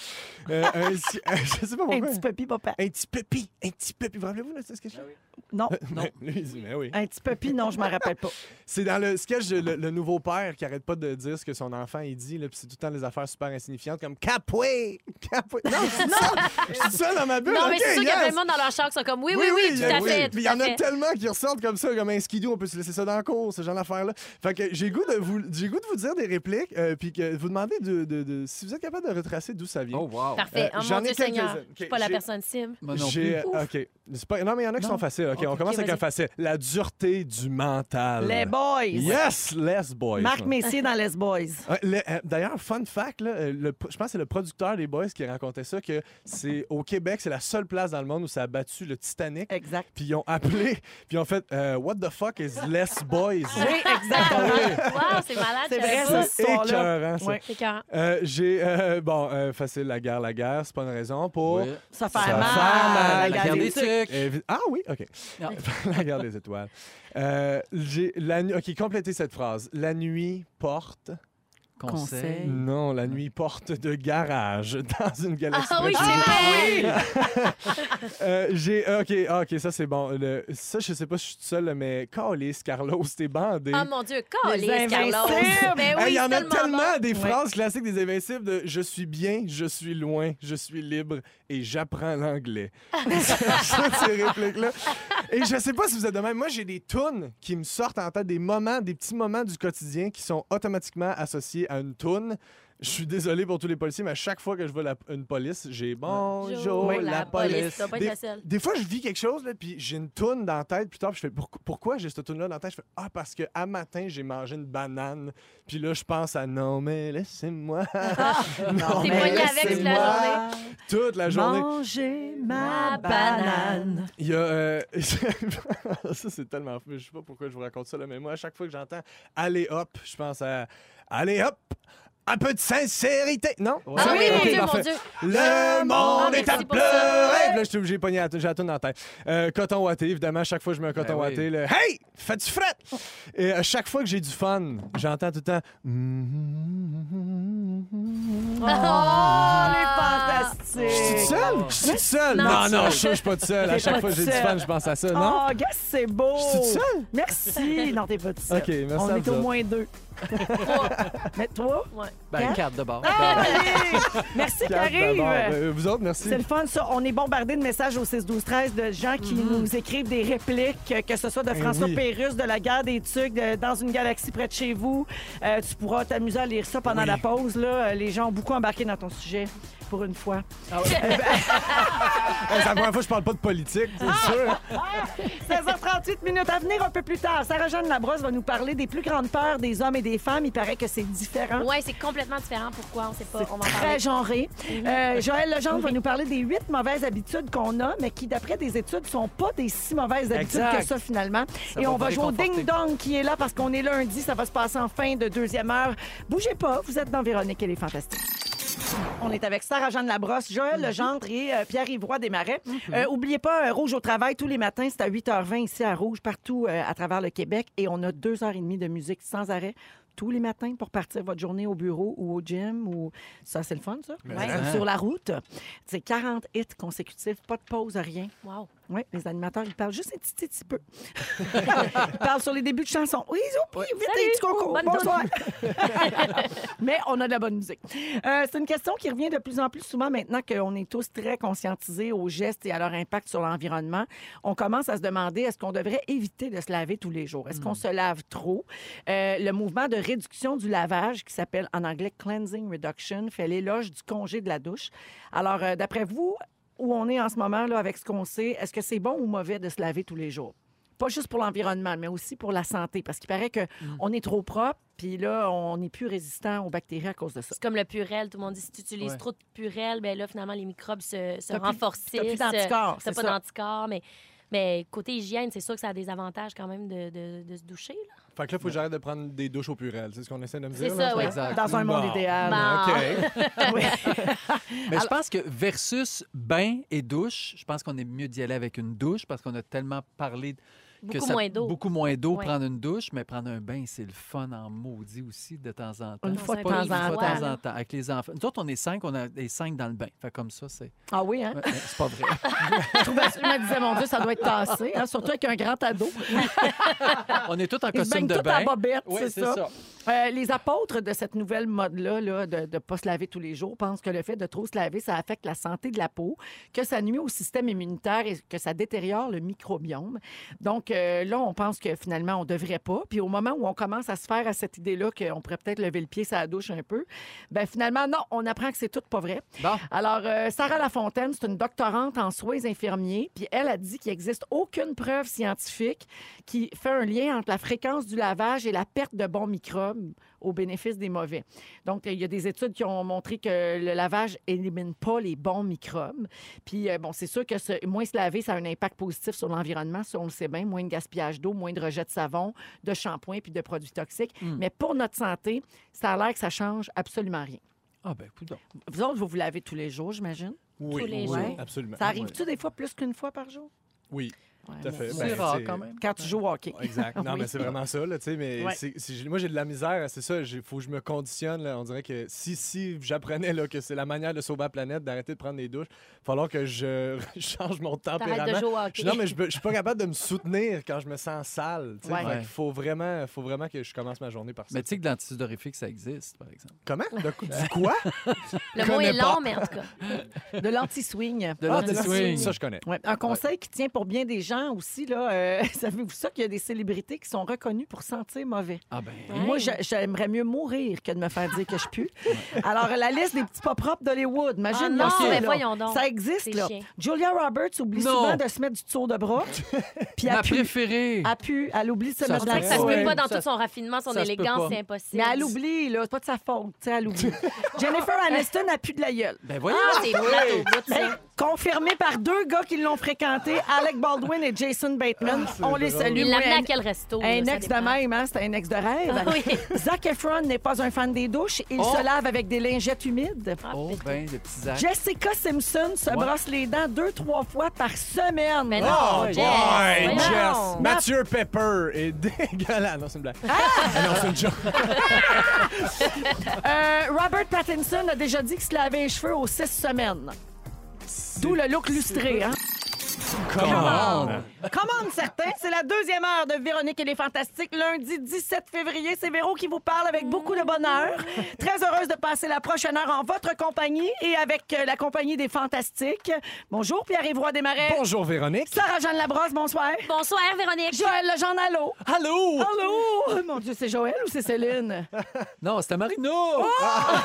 C: Euh, un, si- un- je sais pas
B: Un petit
C: pourquoi.
B: peu papa.
C: Un petit puppy, un petit puppy. Vous rappelez-vous de ce sketch-là?
B: Non,
C: Non. Lui, il dit, mais
A: Euh.
C: oui.
B: un petit peu pi, non, je m'en rappelle pas.
C: C'est dans le sketch de le, le nouveau père qui arrête pas de dire ce que son enfant il dit, là, puis c'est tout le temps des affaires super insignifiantes comme Capoué! Capoué! Non, je suis tout seul- je suis tout seul dans ma bulle!
A: Non, mais
C: ok,
A: c'est sûr qu'il y a
C: yes!
A: plein de monde dans leur char qui sont comme oui, oui, oui,
C: il y
A: tout
C: a-
A: à
C: oui.
A: fait.
C: Mais il y en a tellement qui ressortent comme ça, comme un skidoo, on peut se laisser ça dans le cours, ce genre d'affaires-là. Fait que j'ai goût de vous, j'ai goût de vous dire des répliques, euh, puis que vous demander de, de- de- si vous êtes capable de retracer d'où ça vient.
D: Oh, wow.
A: Parfait.
C: Euh,
A: Oh,
C: j'en
A: mon
C: ai
A: Dieu
C: quelques-unes.
A: Seigneur.
C: Ok,
A: Je suis pas la
C: j'ai-
A: personne cible.
D: Moi non
C: J'ai, euh,
D: plus.
C: ok. C'est pas- non, mais il y en a qui
D: Non.
C: sont faciles. là. OK,
A: OK,
C: on commence
A: OK,
C: avec un
A: vas-y.
C: facile. La dureté du mental.
B: Les boys.
C: Euh, Yes, les boys.
B: Marc Messier dans Les Boys.
C: Ouais, le- euh, D'ailleurs, fun fact, là, euh, le- je pense que c'est le producteur des Boys qui racontait ça, que c'est au Québec, c'est la seule place dans le monde où ça a battu le Titanic.
B: Exact.
C: Puis ils ont appelé, puis ils ont fait euh, What the fuck is Les Boys?
B: Oui,
A: Ah,
C: Ah
B: exactement.
A: Wow, c'est malade.
B: C'est
A: je
B: vrai,
A: savais
B: ça.
A: pas.
C: C'est
B: histoire-là.
C: écœurant, ça.
B: Ouais.
A: C'est écœurant.
C: Euh, J'ai. euh, bon, euh, facile, la guerre, la guerre, c'est pas une raison pour.
D: Oui.
B: Ça
C: Ça
B: fait
C: fait
B: mal.
C: mal.
B: la
D: Regardez
B: galerie.
D: ça. Tuc.
C: Euh, vi- ah oui, OK.
D: Non.
C: la guerre des étoiles. Euh, j'ai- la nu- OK, complétez cette phrase. La nuit porte.
B: Conseil.
D: Conseil.
C: Non, la nuit porte de garage dans une galaxie.
A: Ah oui,
C: près de
A: c'est
C: chez vous.
A: vrai.
C: Euh, j'ai. euh, OK, ah, OK, ça c'est bon. Le- ça, je sais pas si je suis tout seul, mais Carlis, Carlos, t'es bandé.
A: Ah mon Dieu, Colin,
B: Les
A: Carlos.
B: Invincibles.
A: Ben
C: Hey,
A: oui,
C: il y en a
A: c'est tellement
C: tellement des
B: bon.
C: phrases classiques des Invincibles de Je suis bien, je suis loin, je suis libre et j'apprends l'anglais. Ça, ces répliques-là. Et je sais pas si vous êtes de même. Moi, j'ai des tunes qui me sortent en tête, des moments, des petits moments du quotidien qui sont automatiquement associés à une tune. Je suis désolé pour tous les policiers, mais à chaque fois que je vois la- une police, j'ai bonjour
A: Oui,
C: la police.
A: Ça doit pas être
C: Des-
A: la seule.
C: Des fois, je vis quelque chose, là, puis j'ai une toune dans la tête, puis tard, puis je fais Pourqu- pourquoi j'ai cette toune-là dans la tête Je fais Ah, parce que à matin, j'ai mangé une banane, puis là, je pense à non, mais laissez-moi. non,
A: T'es
C: mais
A: pogné avec toute la
C: laissez-moi.
A: journée.
C: Toute la journée.
B: Manger
A: Ma
B: ma
A: banane.
B: banane.
C: Il y a. euh, ça, c'est tellement. fou. Je sais pas pourquoi je vous raconte ça, là, mais moi, à chaque fois que j'entends Allez hop, je pense à Allez hop, un peu de sincérité. Non
A: Ah
C: Ça?
A: oui,
C: Ok,
A: mon Dieu,
C: parfait.
A: mon Dieu.
C: Le
A: Ah,
C: monde est à
A: merci pour
C: pleurer!
A: ça.
C: Puis Là, j'étais obligé de pogner la j'ai la toune dans la tête. Euh, coton watté, évidemment, à chaque fois que je mets un
D: Ben
C: coton
D: oui.
C: watté, le Hey! Fais-tu fret! Et à chaque fois que j'ai du fun, j'entends tout le temps.
A: Oh,
B: Ah, les
C: Je suis
B: fantastiques.
C: tout seul? Je suis tout seul?
A: Non.
C: Non, non, je suis pas tout seul. À
B: T'es
C: chaque
B: pas
C: fois que j'ai du
B: tout
C: fun,
B: seul.
C: je pense à ça, non?
B: Oh, gars, c'est beau.
C: Je suis tout seul?
B: Merci. Non, t'es pas tout seul.
C: Ok, merci
B: On
C: à
B: est
C: vous
B: au
C: autres.
B: moins deux. Mais toi?
D: Ben, carte de bord.
B: Ah! Allez! Merci,
C: Quatre d'abord.
B: qu'arrive.
C: Euh, Vous autres, merci.
B: C'est le fun, ça. On est bombardé de messages au 6-12-13 de gens qui nous écrivent des répliques, euh, que ce soit de François
C: oui.
B: Pérusse, de la guerre des Tucs, de Dans une galaxie près de chez vous. Euh, tu pourras t'amuser à lire ça pendant la pause. Là. Euh, Les gens ont beaucoup embarqué dans ton sujet, pour une fois.
C: Hey, c'est la première fois que je parle pas de politique,
A: Ah.
C: c'est sûr.
B: 16h38 minutes à venir un peu plus tard. Sarah-Jeanne Labrosse va nous parler des plus grandes peurs des hommes et des femmes. Il paraît que c'est différent.
A: Ouais, c'est complètement différent. Pourquoi? On sait pas. On va en
B: Très
A: parler.
B: genré. Euh, Joël Legendre va nous parler des huit mauvaises habitudes qu'on a, mais qui, d'après des études, sont pas des si mauvaises habitudes
D: Exact.
B: que ça, finalement.
D: Ça
B: Et
D: va
B: on
D: vous
B: va jouer au
D: réconforter.
B: ding-dong qui est là parce qu'on est lundi. Ça va se passer en fin de deuxième heure. Bougez pas, vous êtes dans Véronique, elle est fantastique. On est avec Sarah-Jeanne Labrosse, Joël
D: Mhm.
B: Legendre et euh, Pierre-Yvroy Desmarais. Euh, oubliez pas, euh, Rouge au travail, tous les matins, c'est à 8h20 ici à Rouge, partout euh, à travers le Québec. Et on a deux heures et demie de musique sans arrêt tous les matins pour partir votre journée au bureau ou au gym. ou Ça, c'est le fun, ça? Ouais.
D: hein.
B: Sur la route. C'est 40 hits consécutifs, pas de pause, rien.
A: Wow.
B: Oui, les animateurs, ils parlent juste un petit, petit, petit peu. ils parlent sur les débuts de chansons. Oui, oui, vite,
A: Salut,
B: un petit concours.
A: bonne
B: Bonsoir. Mais on a de la bonne musique. Euh, c'est une question qui revient de plus en plus souvent maintenant qu'on est tous très conscientisés aux gestes et à leur impact sur l'environnement. On commence à se demander est-ce qu'on devrait éviter de se laver tous les jours? Est-ce qu'on se lave trop? Euh, le mouvement de réduction du lavage, qui s'appelle en anglais Cleansing Reduction, fait l'éloge du congé de la douche. Alors, euh, d'après vous, où on est en ce moment, là, avec ce qu'on sait, est-ce que c'est bon ou mauvais de se laver tous les jours? Pas juste pour l'environnement, mais aussi pour la santé, parce qu'il paraît qu'on on est trop propre, puis là, on n'est plus résistant aux bactéries à cause de ça.
A: C'est comme le purel. Tout le monde dit si tu utilises
D: Ouais.
A: trop de purel, ben là, finalement, les microbes se, se
B: T'as plus-
A: renforcent.
B: T'as plus d'anticorps,
A: T'as
B: c'est
A: pas
B: ça.
A: d'anticorps, mais. Mais côté hygiène, c'est sûr que ça a des avantages quand même de, de- de se doucher. là.
C: Fait que là, faut que j'arrête de prendre des douches au purel. C'est ce qu'on essaie de me
A: C'est
C: dire.
A: ça,
C: là,
A: oui. Ah.
D: Exact.
B: Dans un monde
C: Bon.
B: idéal.
A: Bon.
C: OK.
B: Oui.
D: Ben, Mais je pense que versus bain et douche, je pense qu'on est mieux d'y aller avec une douche parce qu'on a tellement parlé que
A: Beaucoup
D: ça-
A: moins d'eau.
D: Beaucoup moins d'eau,
A: Ouais.
D: prendre une douche, mais prendre un bain, c'est le fun en maudit aussi de temps en temps.
B: Une
A: fois de
D: Pas
A: temps
D: une
A: en
D: fois de
A: temps.
D: temps en temps, Avec les enfants. Nous autres, on est cinq, on a les cinq dans le bain. Fait comme ça, c'est.
B: Ah oui, hein?
D: Ouais, ouais, c'est pas vrai.
B: Je trouvais absolument, je disais, mon Dieu, ça doit être tassé, hein, surtout avec un grand ado.
D: On est tous en
B: Ils se baignent
D: costume de
B: tout en
D: bain.
B: bobette,
D: Ouais,
B: c'est ça. Euh, les apôtres de cette nouvelle mode-là, là, de ne pas se laver tous les jours, pensent que le fait de trop se laver, ça affecte la santé de la peau, que ça nuit au système immunitaire et que ça détériore le microbiome. Donc, euh, que là, on pense que finalement, on devrait pas. Puis au moment où on commence à se faire à cette idée-là qu'on pourrait peut-être lever le pied sur la douche un peu, ben finalement, non, on apprend que c'est tout pas vrai.
D: Bon.
B: Alors, euh, Sarah Lafontaine, c'est une doctorante en soins infirmiers, puis elle a dit qu'il n'existe aucune preuve scientifique qui fait un lien entre la fréquence du lavage et la perte de bons microbes au bénéfice des mauvais. Donc, euh, il y a des études qui ont montré que le lavage élimine pas les bons microbes. Puis, euh, bon, c'est sûr que ce- moins se laver, ça a un impact positif sur l'environnement, ça, on le sait bien. Moins de gaspillage d'eau, moins de rejets de savon, de shampoing puis de produits toxiques. Mais pour notre santé, ça a l'air que ça change absolument rien.
D: Ah, ben, coudonc.
B: Vous autres, vous vous lavez tous les jours, j'imagine?
C: Oui,
A: Tous les
C: oui,
A: jours.
C: absolument.
B: Ça arrive-tu des fois plus qu'une fois par jour?
C: Oui,
B: Ouais,
C: Ben, tout à
B: bon.
C: fait.
D: C'est
C: Ben,
D: rare
C: c'est-
D: quand même.
B: Quand tu joues au hockey.
C: Exact. Non,
B: Oui.
C: mais c'est vraiment ça, là, tu sais, mais
B: Ouais.
C: c'est- c'est- j'ai- moi, j'ai de la misère, c'est ça, il faut que je me conditionne, là, on dirait que si, si j'apprenais, là, que c'est la manière de sauver la planète, d'arrêter de prendre des douches, il falloir que je change mon
A: T'arrêtes de
C: tempérament.
A: jouer au hockey.
C: Je- Non, mais je, peux- je suis pas capable de me soutenir quand je me sens sale, tu sais,
B: Ouais.
C: fait
D: Ouais.
C: qu'il faut vraiment, faut vraiment que je commence ma journée par ça.
D: Mais tu sais que dans le tissu d'orifique, ça existe, par exemple.
C: Comment? De cou- du quoi?
A: Le mot est
C: connais pas.
A: long, mais en tout cas.
B: De l'anti-swing.
D: De
C: Ah,
D: l'anti-
C: de-
D: swing.
C: Ça, je connais.
B: Ouais, un conseil qui tient pour bien des gens aussi, là, euh, savez-vous ça qu'il y a des célébrités qui sont reconnues pour sentir mauvais?
D: Ah, ben.
A: Ouais.
B: Moi, j'a- j'aimerais mieux mourir que de me faire dire que je pue. Alors, la liste des petits pas propres d'Hollywood, imagine.
A: Ah non,
B: là,
A: mais
B: là.
A: voyons donc.
B: Ça existe,
A: C'est
B: là.
A: chiant.
B: Julia Roberts oublie
D: Non.
B: souvent de se mettre du tour de bras. Puis Ah!
D: Ma
B: elle pue,
D: préférée.
B: elle pue, elle oublie de se
D: Ça
B: mettre
D: se
B: de la
A: Ça, ça se
C: Ouais.
A: peut pas dans
D: Ça-
A: tout son raffinement, son
D: ça se peut
A: élégance,
D: pas.
A: c'est
B: Mais
A: impossible.
B: elle oublie, là. C'est pas de sa faute, tu sais, elle oublie. Jennifer Aniston a plus de la gueule.
D: Ben,
A: Ah,
D: voyons.
A: c'est plate au bout de
B: Ben,
A: ça.
B: confirmé par deux gars qui l'ont fréquenté, Alec Baldwin et Jason
D: Ah,
B: Bateman. On les salue.
A: Il
B: Moi,
A: l'amenait
B: un-
A: à quel resto? là,
B: Un
A: ça
B: ex de
A: dépend.
B: même, hein? C'est un ex de
A: Ah
B: rêve.
A: oui.
B: Zac Efron n'est pas un fan des douches. Il
D: Oh.
B: se lave avec des lingettes humides.
A: Ah,
D: Oh,
A: putain.
D: ben, des petits actes.
B: Jessica Simpson se
D: Ouais.
B: brosse les dents deux, trois fois par semaine.
A: Mais non,
C: Oh,
A: Jess,
C: boy,
A: voyons.
C: Jess.
B: Non.
C: Mathieu Pepper est dégueulasse. Non, c'est une blague. Ah, non, c'est une joke.
B: Euh, Robert Pattinson a déjà dit qu'il se lavait les cheveux aux six semaines. D'où le look lustré. Hein?
D: Comment?
B: Commande certains, c'est la deuxième heure de Véronique et les Fantastiques. Lundi 17 février, c'est Véro qui vous parle avec beaucoup de bonheur. Très heureuse de passer la prochaine heure en votre compagnie et avec euh, la compagnie des Fantastiques. Bonjour Pierre-Yves Roy Desmarais.
C: Bonjour, Véronique.
B: Sarah-Jeanne Labrosse, bonsoir.
A: Bonsoir, Véronique.
B: Joël Lejean Allô.
D: Allô?
B: Allô! Oh, Mon Dieu, c'est Joël ou c'est Céline?
D: Non, c'était Marino! Ah,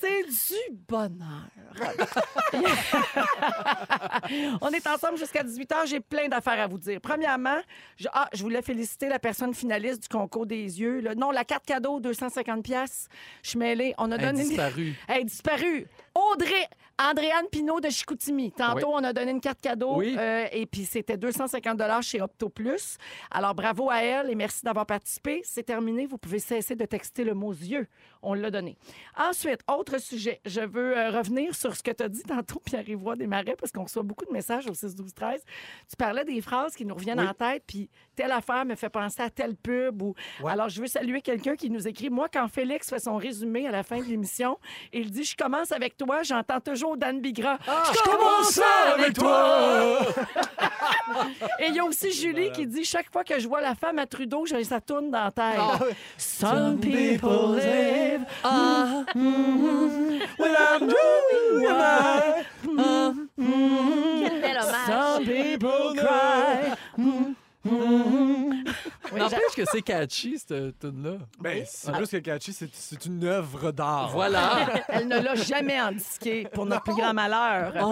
B: C'est du bonheur. On est ensemble jusqu'à 18h. J'ai plein d'affaires à vous dire. Premièrement, je, ah, je voulais féliciter la personne finaliste du concours des yeux. là. Non, la carte cadeau, 250 pièces. Je suis mêlée. On a
D: Elle est
B: donné...
D: disparue.
B: Elle est disparue. Audrey... Andréane Pinault de Chicoutimi. Tantôt, on a donné une carte cadeau
D: Oui.
B: euh, et puis c'était 250 chez Opto Plus. Alors, bravo à elle et merci d'avoir participé. C'est terminé. Vous pouvez cesser de texter le mot yeux. On l'a donné. Ensuite, autre sujet. Je veux euh, revenir sur ce que tu as dit tantôt, Pierre-Yvois Desmarais, parce qu'on reçoit beaucoup de messages au 6-12-13. Tu parlais des phrases qui nous reviennent en tête, puis telle affaire me fait penser à telle pub. Ou... Alors, je veux saluer quelqu'un qui nous écrit Moi, quand Félix fait son résumé à la fin de l'émission, il dit Je commence avec toi, j'entends toujours Dan Bigra. Ah, Je commence avec toi Et il y a aussi Julie qui dit Chaque fois que je vois la femme à Trudeau, j'ai sa tourne dans la tête. Ah Some people live.
D: Mm-hmm. Mm-hmm.
A: Quel bel hommage.
B: Some people cry.
D: Mm-hmm. N'empêche que c'est catchy, cette tune-là.
C: Ben, c'est plus que catchy, c'est- c'est une œuvre
D: Ah.
C: d'art.
D: Voilà.
B: Elle ne l'a jamais indiqué pour notre plus grand malheur.
A: Ah.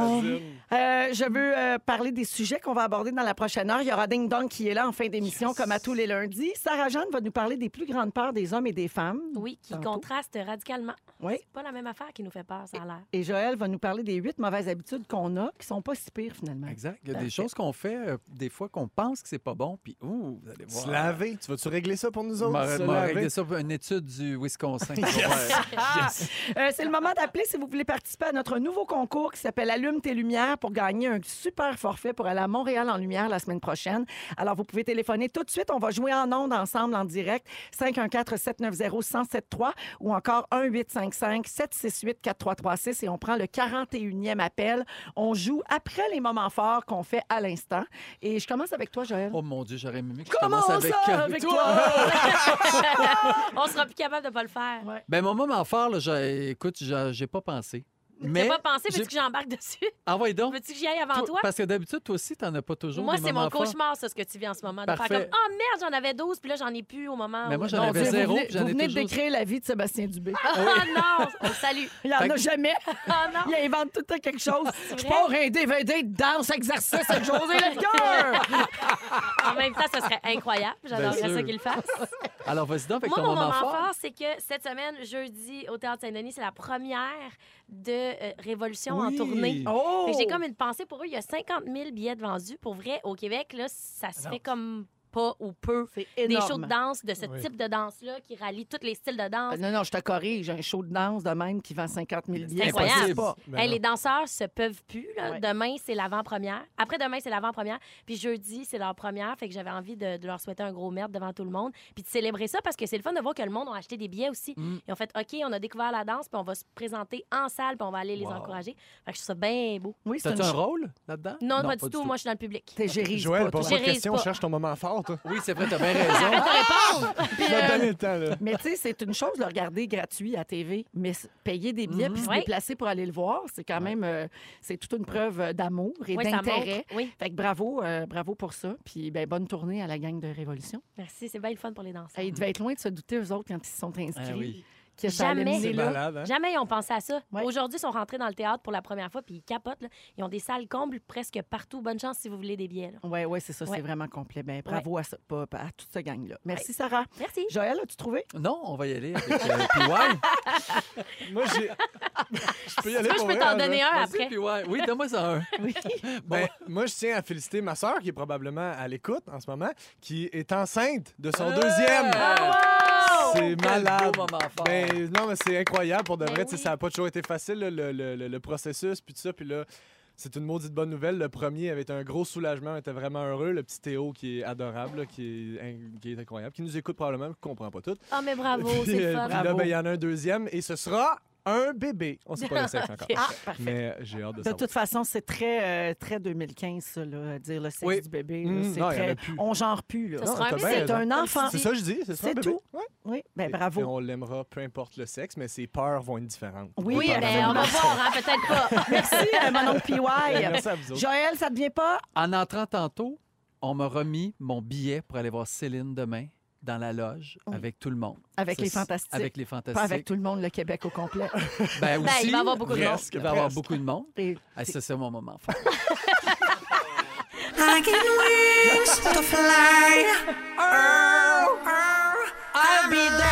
B: Euh, je veux euh, parler des sujets qu'on va aborder dans la prochaine heure. Il y aura Ding Dong qui est là en fin d'émission, comme à tous les lundis. Sarah-Jeanne va nous parler des plus grandes peurs des hommes et des femmes.
A: Oui, qui
B: Tantôt.
A: contraste radicalement.
B: Oui.
A: C'est pas la même affaire qui nous fait peur, ça a l'air.
B: Et Joël va nous parler des huit mauvaises habitudes qu'on a qui sont pas si pires, finalement.
D: Exact. Il y a
B: Parfait.
D: des choses qu'on fait, euh, des fois, qu'on pense que c'est pas bon, puis ouh, vous allez voir.
C: Se laver. Tu vas-tu régler ça pour nous autres?
D: M'a-
C: se
D: m'a
C: laver?
D: réglé ça pour une étude du Wisconsin.
B: Ah! Euh, c'est le moment d'appeler si vous voulez participer à notre nouveau concours qui s'appelle Allume tes lumières pour gagner un super forfait pour aller à Montréal en lumière la semaine prochaine. Alors, vous pouvez téléphoner tout de suite. On va jouer en ondes ensemble en direct. 514-790-1073 ou encore 1-855-768-4336 et on prend le 41e appel. On joue après les moments forts qu'on fait à l'instant. Et je commence avec toi, Joël.
D: Oh mon Dieu, j'aurais aimé que je
B: Comment
D: commence
B: ça
D: avec, euh,
B: avec toi?
A: On sera plus capable de pas le faire.
B: Ouais.
D: Ben, mon moment fort, là, j'ai- écoute, j'ai j'ai pas pensé.
A: T'as
D: Mais
A: pas pensé,
D: j'ai-
A: veux-tu que j'embarque dessus?
D: envoie donc.
A: Veux-tu que j'y aille avant
D: Toi-
A: toi?
D: Parce que d'habitude, toi aussi, t'en as pas toujours.
A: Moi,
D: des
A: c'est
D: moments
A: mon
D: forts.
A: cauchemar, ça, ce que tu vis en ce moment. De faire
D: Parfait.
A: comme, oh merde, j'en avais 12, puis là, j'en ai plus au moment.
D: Mais moi,
A: où-
D: j'en
A: Non,
D: avais
A: Dieu.
D: zéro,
B: vous venez,
D: j'en ai
B: vous venez de
D: toujours-
B: décrire la vie de Sébastien Dubé.
A: Ah non, on le salue.
B: Il n'y en
D: Fait
B: a
D: que-
B: jamais.
A: Ah non.
B: Il invente tout le temps quelque chose. Je
A: vrai?
B: pars un DVD de danse exercice avec José Lefebvre.
A: En même temps, ce serait incroyable.
D: Bien
A: J'adorerais
D: sûr.
A: ça qu'il le fasse.
D: Alors, vas-y donc avec
A: Moi,
D: ton
A: mon
D: moment, fort.
A: c'est que cette semaine, jeudi, au Théâtre Saint-Denis, c'est la première de euh, Révolution en
D: Oui.
A: tournée.
B: Oh!
A: Fait que J'ai comme une pensée pour eux. Il y a 50 000 billets de vendus. Pour vrai, au Québec, là, ça se fait comme pas ou peu.
B: oh! C'est
A: Des
B: énorme.
A: shows de danse de ce
C: Oui.
A: type de danse-là qui rallie tous les styles de
B: Ah,
A: danse.
B: Non, non, je te corrige. Un show de danse de même qui vend 50 000 billets.
A: incroyable.
B: Je sais pas.
C: Ben
A: Hey,
C: non.
A: les danseurs se peuvent plus. là.
B: Ouais.
A: Demain, c'est l'avant-première. Après-demain, c'est l'avant-première. Puis jeudi, c'est leur première. Fait que j'avais envie de, de leur souhaiter un gros merde devant tout le monde. Puis de célébrer ça parce que c'est le fun de voir que le monde a acheté des billets aussi.
D: Mm.
A: Ils ont fait OK, on a découvert la danse, puis on va se présenter en salle, puis on va aller les
D: Wow.
A: encourager. Fait que je trouve ça bien beau.
B: Oui, c'est
D: T'as-tu
B: une
D: un
B: show.
D: rôle là-dedans?
A: Non, pas, du tout. Moi, je suis dans le public.
B: T'es géré.
C: Joël, pose pas de
A: Gérise
C: questions,
A: pas. Euh.
C: cherche ton moment fort, toi.
D: Oui, c'est vrai, t'as bien raison.
C: Je vais te donner le temps, là.
B: Mais tu sais, c'est une chose de le regarder gratuit à TV, mais s- payer des billets puis se
A: Mhm. Ouais.
B: déplacer pour aller le voir, c'est quand même euh, c'est toute une preuve euh, d'amour et
A: Oui, ça montre.
B: d'intérêt.
A: Oui,
B: Fait que bravo, euh, bravo pour ça. Puis ben, bonne tournée à la gang de Révolution.
A: merci. C'est bien le fun pour les danseurs.
B: Hey, ils devaient être loin de se douter, eux autres, quand ils se sont inscrits.
D: Ah oui.
B: que ça allait
A: Jamais.
B: mener
C: C'est
B: là.
C: malade, hein?
A: Jamais ils ont pensé à ça.
B: Ouais.
A: Aujourd'hui, ils sont rentrés dans le théâtre pour la première fois, puis ils capotent. là. Ils ont des salles combles presque partout. Bonne chance si vous voulez des billets. là.
B: Oui, oui, c'est ça,
A: Ouais.
B: c'est vraiment complet. Ben, bravo à, ce- pas- pas- à toute cette gang-là. Merci, Sarah.
A: Merci.
B: Joël, as-tu trouvé?
D: Non, on va y aller avec euh, PY.
C: Moi, j'ai. je peux y
A: Est-ce
C: aller
A: que je
C: pour
A: peux
C: vrai,
A: t'en
C: hein,
A: donner un
D: Vas-y,
A: Ah, après?
D: PY. Oui, donne-moi ça un.
C: Ben, moi, je tiens à féliciter ma sœur, qui est probablement à l'écoute en ce moment, qui est enceinte de son
A: Ah.
D: Hey!
C: deuxième.
D: Quel
C: C'est
D: beau
C: malade.
D: moment fort.
C: Ben, non, mais c'est incroyable pour de
A: Ben
C: vrai. tu sais,
A: oui.
C: Ça n'a pas toujours été facile, là, le, le- le- le processus, puis tout ça. Puis là, c'est une maudite bonne nouvelle. Le premier avait été un gros soulagement. On était vraiment heureux. Le petit Théo, qui est adorable, là, qui, est, in- qui est incroyable, qui nous écoute probablement, mais qui ne comprend pas tout.
A: Ah, mais bravo,
C: Puis,
A: c'est le
C: euh,
A: fun.
C: puis là, ben, il y en a un deuxième, et ce sera un bébé. On ne sait pas le sexe encore.
A: ah,
C: Mais j'ai hâte de
B: De
C: savoir.
B: toute façon, c'est très, euh, très 2015, ça, là, dire le sexe
C: Oui.
B: du bébé.
C: Mm,
B: là, c'est
C: non, il y en
B: très...
C: a plus.
B: On genre plus, là.
A: Ça sera
C: t'as
A: un
C: bien
A: bébé.
B: C'est un enfant.
C: C'est ça, je dis. C'est ça, un
B: C'est
C: bébé.
B: tout.
C: Ouais.
B: Oui, ben
C: Et
B: bravo.
C: on l'aimera, peu importe le sexe, mais ses peurs vont être différentes.
B: Oui,
A: Oui,
B: ben,
A: ben, on va voir, hein, peut-être pas.
B: Merci, euh, mon oncle
C: Merci
B: PY.
C: à vous autres.
B: Joël, ça ne devient pas?
D: En entrant tantôt, on m'a remis mon billet pour aller voir Céline demain dans la loge
B: Oui.
D: avec tout le monde.
B: Avec
D: Ça,
B: les
D: c'est-
B: Fantastiques.
D: Avec les
B: Pas
D: fantastiques.
B: avec tout le monde, le Québec au complet.
D: Ben,
A: Ben,
D: aussi,
A: il va y avoir beaucoup de monde.
D: presque, Il va y avoir
C: Presque.
D: beaucoup de monde.
B: Et-
D: Ah, ça, c'est mon moment fort.
E: I can wish to fly. Oh, oh, I'll be there.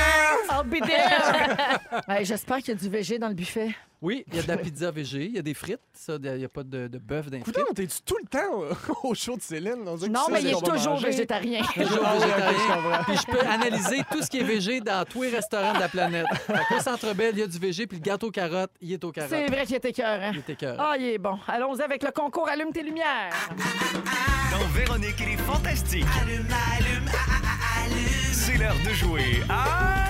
B: I'll be there. Ouais, J'espère qu'il y a du VG dans le buffet.
D: Oui, il y a de la pizza VG, il y a des frites. Ça, il n'y a pas de, de bœuf dans les frites.
C: Écoutez, on t'es-tu tout le temps euh, au show de Céline? On dirait que
B: Non,
C: ça,
B: mais
C: c'est
B: il est
C: qu'on va
B: toujours
C: manger.
B: végétarien.
D: Toujours
C: Ah oui, ok,
D: végétarien.
C: je comprends.
D: Puis je peux analyser tout ce qui est VG dans tous les restaurants de la planète. Fait que Au Centre Bell, il y a du VG, puis le gâteau carotte, il est au
B: C'est
D: carotte.
B: vrai qu'il est écœurant.
D: Il est écœurant.
B: Ah, il est bon. Allons-y avec le concours Allume tes lumières.
F: Dans Véronique et les Fantastiques. Allume, allume, ah, allume. C'est l'heure de jouer à...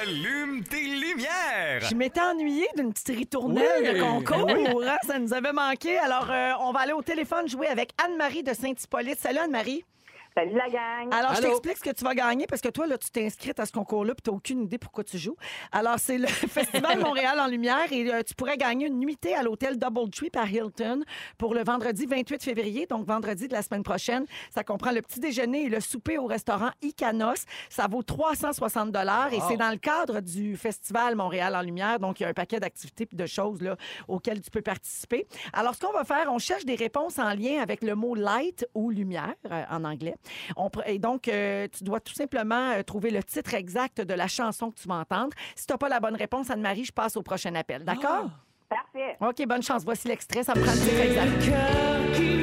F: Allume tes lumières.
B: Je m'étais ennuyée d'une petite ritournelle
D: Oui,
B: de concours. hein, ça nous avait manqué. Alors, euh, on va aller au téléphone jouer avec Anne-Marie de Saint-Hippolyte. Salut, Anne-Marie.
G: Salut la gang.
B: Alors, je
D: Allô?
B: t'explique ce que tu vas gagner parce que toi, là, tu t'es inscrite à ce concours-là puis tu aucune idée pourquoi tu joues. Alors, c'est le Festival Montréal en lumière et euh, tu pourrais gagner une nuitée à l'hôtel Doubletree par Hilton pour le vendredi 28 février, donc vendredi de la semaine prochaine. Ça comprend le petit déjeuner et le souper au restaurant Icanos. Ça vaut 360 et c'est dans le cadre du Festival Montréal en lumière. Donc, il y a un paquet d'activités puis de choses là, auxquelles tu peux participer. Alors, ce qu'on va faire, on cherche des réponses en lien avec le mot light ou lumière euh, en anglais. On pr- et donc, euh, tu dois tout simplement euh, trouver le titre exact de la chanson que tu vas entendre. Si tu n'as pas la bonne réponse, Anne-Marie, je passe au prochain appel. D'accord?
G: Parfait.
B: OK, bonne chance. Voici l'extrait. Ça me prend le titre exact.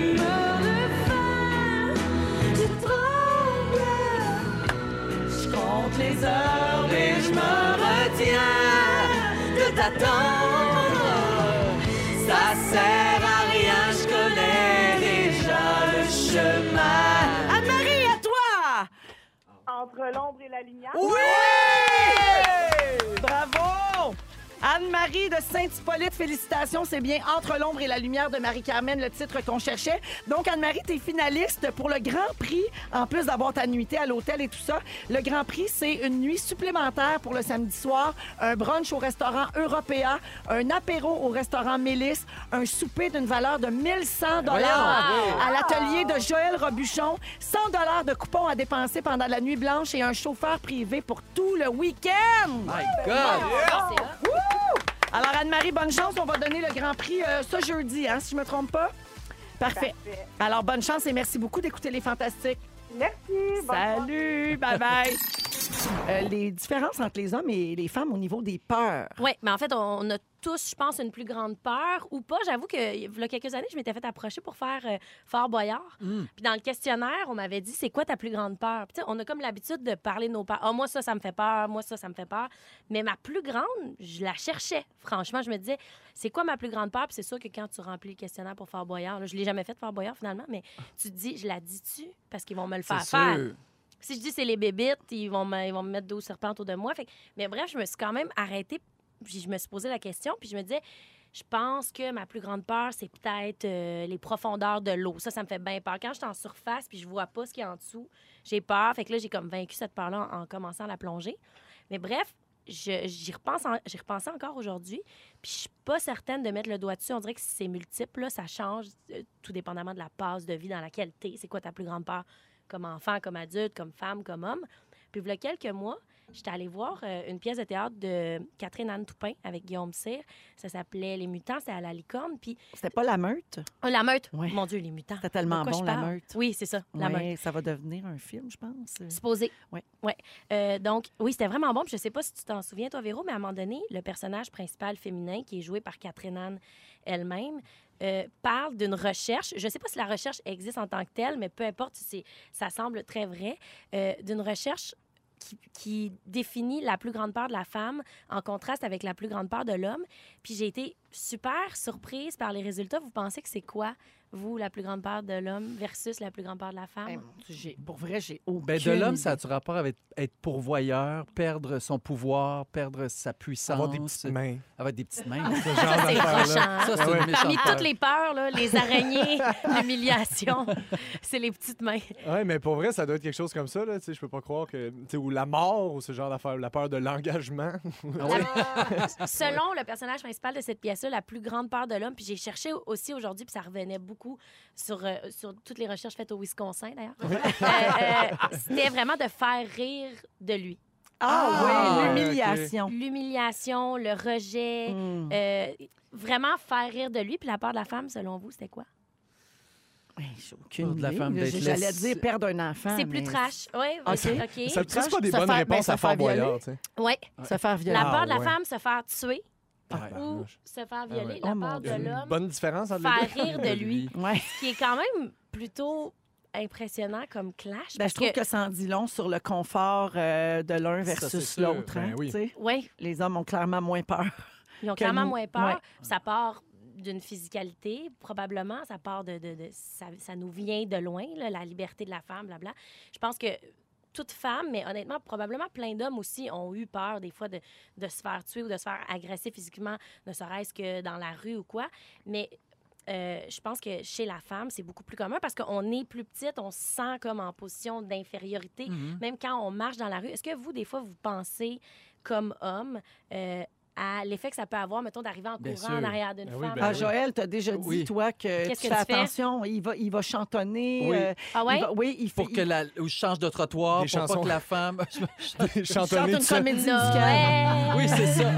B: Anne-Marie, à toi!
G: Entre l'ombre et la lumière.
B: Bravo! Anne-Marie, Marie de Saint-Hippolyte, félicitations. C'est bien Entre l'ombre et la lumière de Marie-Carmen, le titre qu'on cherchait. Donc, Anne-Marie, t'es finaliste pour le Grand Prix, en plus d'avoir ta nuitée à l'hôtel et tout ça. Le Grand Prix, c'est une nuit supplémentaire pour le samedi soir, un brunch au restaurant Européa, un apéro au restaurant Mélis, un souper d'une valeur de 1100 dollars à l'atelier de Joël Robuchon, 100 dollars de coupons à dépenser pendant la nuit blanche et un chauffeur privé pour tout le
A: Oh
B: week-end.
D: My God!
A: Ah, c'est hot.
B: Wouh! Alors, Anne-Marie, bonne chance. On va donner le Grand Prix euh, ce jeudi, hein, si je me trompe pas. Parfait.
G: Parfait.
B: Alors, bonne chance et merci beaucoup d'écouter Les Fantastiques.
G: Merci. bonne soirée.
B: Salut, bye-bye. Euh, les différences entre les hommes et les femmes au niveau des peurs.
A: Oui, mais en fait, on on a tous, je pense, une plus grande peur ou pas. J'avoue que, il y a quelques années, je m'étais fait approcher pour faire euh, Fort Boyard.
D: Hmm.
A: Puis dans le questionnaire, on m'avait dit, c'est quoi ta plus grande peur? Puis tu sais, on a comme l'habitude de parler de nos peurs. Ah, moi, ça, ça me fait peur. Moi, ça, ça me fait peur. Mais ma plus grande, je la cherchais. Franchement, je me disais, c'est quoi ma plus grande peur? Puis c'est sûr que quand tu remplis le questionnaire pour Fort Boyard, là, je l'ai jamais fait Fort Boyard finalement, mais tu te dis, je la dis-tu? Parce qu'ils vont me le faire
D: C'est
A: faire.
D: sûr.
A: Si je dis c'est les bébites, ils vont me, ils vont me mettre 12 serpents autour de moi. Fait que- mais bref, je me suis quand même arrêtée. Puis je me suis posé la question, puis je me disais, je pense que ma plus grande peur, c'est peut-être euh, les profondeurs de l'eau. Ça, ça me fait bien peur. Quand je suis en surface, puis je vois pas ce qu'il y a en dessous, j'ai peur. Fait que là, j'ai comme vaincu cette peur-là en, en commençant la plongée. Mais bref, je- j'y repense, en- j'y repensais encore aujourd'hui. Puis je suis pas certaine de mettre le doigt dessus. On dirait que c'est multiple, là, ça change, euh, tout dépendamment de la passe de vie dans laquelle t'es. C'est quoi ta plus grande peur? comme enfant, comme adulte, comme femme, comme homme. Puis, il y a quelques mois, j'étais allée voir euh, une pièce de théâtre de Catherine Anne Toupin avec Guillaume Cyr. Ça s'appelait Les Mutants, c'était à la licorne. Puis,
B: C'était pas la meute.
A: oh, la meute.
B: Ouais.
A: Mon Dieu, les mutants.
B: C'était tellement bon,
A: Pourquoi je
B: la
A: parle?
B: meute.
A: Oui, c'est ça, la meute.
B: Ouais, ça va devenir un film, je pense.
A: Supposé.
B: Ouais.
A: Ouais. Euh, donc, oui, c'était vraiment bon. Puis Je sais pas si tu t'en souviens, toi, Véro, mais à un moment donné, le personnage principal féminin, qui est joué par Catherine Anne elle-même, euh, parle d'une recherche. Je sais pas si la recherche existe en tant que telle, mais peu importe, c'est, ça semble très vrai. euh, d'une recherche qui, qui définit la plus grande peur de la femme en contraste avec la plus grande peur de l'homme. Puis j'ai été super surprise par les résultats. Vous pensez que c'est quoi, vous, la plus grande peur de l'homme versus la plus grande peur de la femme?
B: Eh, mon Dieu, j'ai- pour vrai, j'ai aucune
D: Ben, de l'homme, ça
B: idée.
D: a du rapport avec être pourvoyeur, perdre son pouvoir, perdre sa puissance.
C: Avoir des petites mains.
D: Avoir des petites mains.
C: Ce genre
A: Ah, c'est
C: d'affaires-là.
A: prochain.
D: Ça,
C: Ah
D: c'est
C: ouais.
D: une
A: Parmi
D: méchante
A: toutes
D: peur.
A: les peurs, là, les araignées, l'humiliation, c'est les petites mains.
C: Ouais, mais pour vrai, ça doit être quelque chose comme ça. Là. Tu sais, Je peux pas croire que. tu sais, Ou la mort, ou ce genre d'affaire, la peur de l'engagement.
A: Selon le personnage principal de cette pièce-là, la plus grande peur de l'homme, puis j'ai cherché aussi aujourd'hui, puis ça revenait beaucoup sur, euh, sur toutes les recherches faites au Wisconsin, d'ailleurs, Euh, euh, c'était vraiment de faire rire de lui.
B: Ah,
C: Ah,
B: oui, l'humiliation.
A: L'humiliation, le rejet,
G: Eh.
B: Hmm.
A: euh, vraiment faire rire de lui. Puis la peur de la femme, selon vous, c'était quoi?
B: Ouais, J'ai aucune
D: Peur de la
B: idée,
D: femme
B: là.
D: d'être
B: J'ai- J'allais
D: laisse-
B: dire perdre un enfant.
A: C'est plus
B: Ah, mais
A: trash. Oui,
B: Ah,
A: OK.
B: c'est-
C: Ça
B: trash,
C: c'est pas
B: se
C: des bonnes
B: faire- ben,
C: réponses
B: se
C: à Fort
B: faire violer.
C: Boyard. tu sais.
A: Ouais.
B: Se faire
A: La
B: violer.
A: peur de la
C: ouais.
A: femme, se faire tuer ou
C: Tabarnouche.
A: se faire violer.
D: ouais.
A: La
B: Oh, mon
A: peur de
B: Dieu.
A: l'homme.
C: Bonne différence entre les
A: faire
C: deux.
A: rire de lui,
B: Ouais.
A: ce qui est quand même plutôt impressionnant comme clash.
B: Ben,
A: parce
B: je trouve
A: que,
B: que ça en dit long sur le confort euh, de l'un
D: Ça,
B: versus
D: c'est sûr.
B: l'autre. hein,
C: Ben oui.
B: tu sais.
A: ouais,
B: Les hommes ont clairement moins peur.
A: ils ont
B: que
A: clairement
B: nous.
A: moins peur.
B: Ouais.
A: Ça part d'une physicalité, probablement. Ça part de, de- de- ça, ça nous vient de loin, là, la liberté de la femme, blabla. Je pense que toute femme, mais honnêtement, probablement plein d'hommes aussi ont eu peur des fois de, de se faire tuer ou de se faire agresser physiquement, ne serait-ce que dans la rue ou quoi. Mais euh, je pense que chez la femme, c'est beaucoup plus commun parce qu'on est plus petite, on se sent comme en position d'infériorité,
C: Mhm.
A: même quand on marche dans la rue. Est-ce que vous, des fois, vous pensez comme homme euh, à l'effet que ça peut avoir, mettons, d'arriver en
D: Bien
A: courant
D: sûr.
A: en arrière d'une
C: Ben oui,
A: femme?
C: ben
B: ah,
C: oui.
B: Joël, t'as déjà dit,
D: Oui.
B: toi, que tu
A: Qu'est-ce que
B: fais
A: tu fais?
B: attention, il va, il va chantonner.
D: Oui.
B: euh,
A: Ah
B: il
A: ouais?
B: va- oui, il fait.
D: Pour que la... ou je change de trottoir,
C: Des
D: pour pas
C: chansons.
D: que la femme...
B: il chante
C: Chantonner
B: une
C: tout seul.
B: comédie musicale.
A: Noël!
D: oui, c'est ça.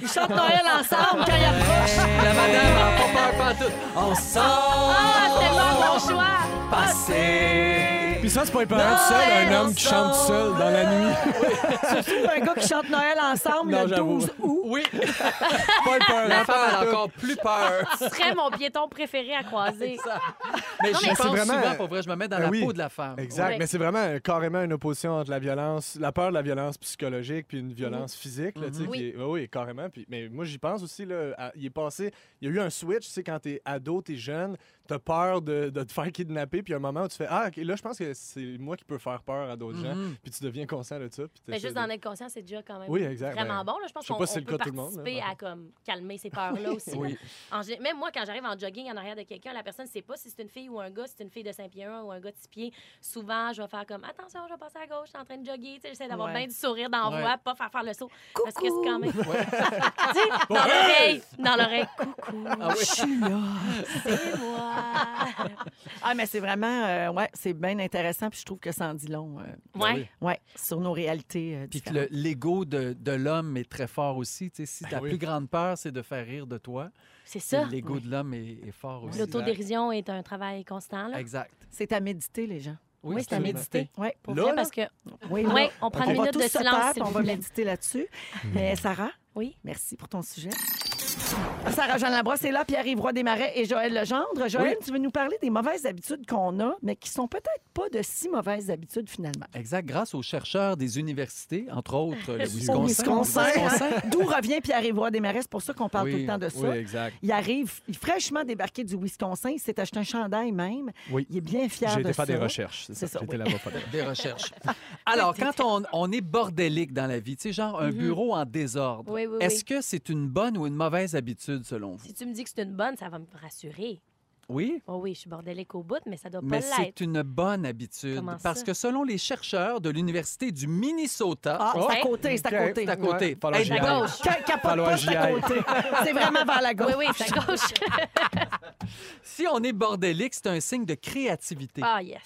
B: Ils chantent Noël ensemble quand il approche.
D: la madame a pas peur pantoute. On
A: Ah, c'est
D: sort
A: tellement bon choix!
D: passer.
C: Puis ça, c'est pas un parent tout seul, un
D: Noël
C: homme qui chante tout seul dans la nuit.
B: Surtout un gars qui chante Noël ensemble
C: Non,
B: le
C: j'avoue.
B: 12 août.
D: Oui,
C: pas un parent
D: la femme a
C: pantoute.
D: encore plus peur.
A: Ce serait mon piéton préféré à croiser.
D: Mais euh,
A: Non,
D: j'y
A: mais-
D: pense
C: C'est vraiment-
D: souvent, pour vrai, je me mets dans
C: Ben
D: la
C: oui.
D: peau de la femme.
C: Exact,
A: Ouais.
C: mais c'est vraiment euh, carrément une opposition entre la violence, la peur de la violence psychologique puis une violence physique, là, tu sais,
A: Mhm.
C: qui
A: Oui.
C: est- ouais, oui, carrément. Puis, mais moi, j'y pense aussi, là, à- il est passé, il y a eu un switch, tu sais, quand t'es ado, t'es jeune, t'as peur de, de te faire kidnapper, puis il y a un moment où tu fais, ah, ok, là, je pense que c'est moi qui peux faire peur à d'autres gens. Puis tu deviens conscient de ça. puis
A: Mhm. Mais
C: t'essaies
A: juste
C: de-
A: d'en être conscient, c'est déjà quand même
C: Oui, exact,
A: vraiment
C: ben,
A: bon. Là. Je pense
C: je sais
A: qu'on
C: pas si
A: on
C: c'est le
A: peut
C: cas de tout le monde, là,
A: participer
C: ouais.
A: à comme, calmer ces peurs-là aussi. là.
D: Oui.
A: En gé- même moi, quand j'arrive en jogging en arrière de quelqu'un, la personne ne sait pas si c'est une fille ou un gars, si c'est une fille de Saint-Pierre ou un gars de six pieds. Souvent, je vais faire comme attention, je vais passer à gauche, je suis en train de jogger. Tu sais, J'essaie d'avoir
B: Ouais.
A: bien du sourire dans la
D: Ouais.
A: voix, pas faire faire le saut. Parce que c'est quand même. Tu sais, dans
C: Ouais.
A: l'oreille, dans l'oreille, coucou,
D: Ah oui.
A: c'est moi.
B: Ah, mais c'est vraiment, euh, ouais, c'est bien intéressant. Puis je trouve que ça en dit long. euh,
A: Ouais.
B: ouais, sur nos réalités. euh,
D: Puis que
B: différentes.
D: le- l'ego de, de l'homme est très fort aussi. Tu sais, si ta
C: oui.
D: plus grande peur, c'est de faire rire de toi,
A: C'est ça.
D: l'ego de l'homme est, est fort aussi.
A: L'autodérision est un travail constant. Là.
D: Exact.
B: C'est à méditer, les gens.
A: Oui, c'est à
D: absolument.
A: méditer.
B: Ouais.
A: Pour
C: Là,
A: vrai,
C: là?
A: parce que
B: Oui,
A: Oui,
B: là.
A: on prend
B: on
A: une
B: va
A: minute
B: tous
A: de
B: se
A: silence,
B: taire,
A: s'il
B: puis on
A: vous
B: va
A: plaît. Hmm.
B: méditer là-dessus. Mais Sarah,
A: Oui.
B: merci pour ton sujet. Sarah Jeanne Labrosse est là, Pierre-Yves Roy Desmarais et Joël Legendre. Joël, tu veux nous parler des mauvaises habitudes qu'on a, mais qui sont peut-être pas de si mauvaises habitudes finalement.
D: Exact. Grâce aux chercheurs des universités, entre autres le Wisconsin.
B: Au Wisconsin,
D: le
B: hein?
D: Wisconsin.
B: d'où revient Pierre-Yves Roy Desmarais, c'est pour ça qu'on parle
D: Oui.
B: tout le temps de ça.
C: Oui, exact.
B: Il arrive, il est fraîchement débarqué du Wisconsin, il s'est acheté un chandail même.
C: Oui.
B: Il est bien fier
C: J'ai
B: de
C: été
B: ça.
C: faire des recherches. C'est
B: C'est
C: ça.
B: ça,
C: J'étais
B: oui.
C: là-bas. faire des-
D: des recherches. Alors, quand on, on est bordélique dans la vie, tu sais, genre un bureau en désordre,
A: Mhm. Oui, oui,
D: est-ce
A: oui.
D: que c'est une bonne ou une mauvaise habitude selon vous?
A: Si tu me dis que c'est une bonne, ça va me rassurer.
D: Oui?
A: Oh oui, je suis bordélique au bout, mais ça doit pas
D: Mais c'est
A: l'être.
D: une bonne habitude.
A: Comment
D: parce
A: ça?
D: que selon les chercheurs de l'Université du Minnesota,
B: Ah, c'est à
A: Oh.
B: côté, c'est à
C: Ok.
B: côté.
D: c'est à côté.
C: Ouais, falloir
D: Hey,
C: que j'y
A: À
C: aille.
A: gauche.
B: Quand- quand pas de
C: Falloir
B: poste,
C: j'y
B: c'est à
C: aille.
B: côté. C'est vraiment vers la gauche.
A: Oui, oui, c'est à gauche.
D: si on est bordélique, c'est un signe de créativité.
A: ah, yes.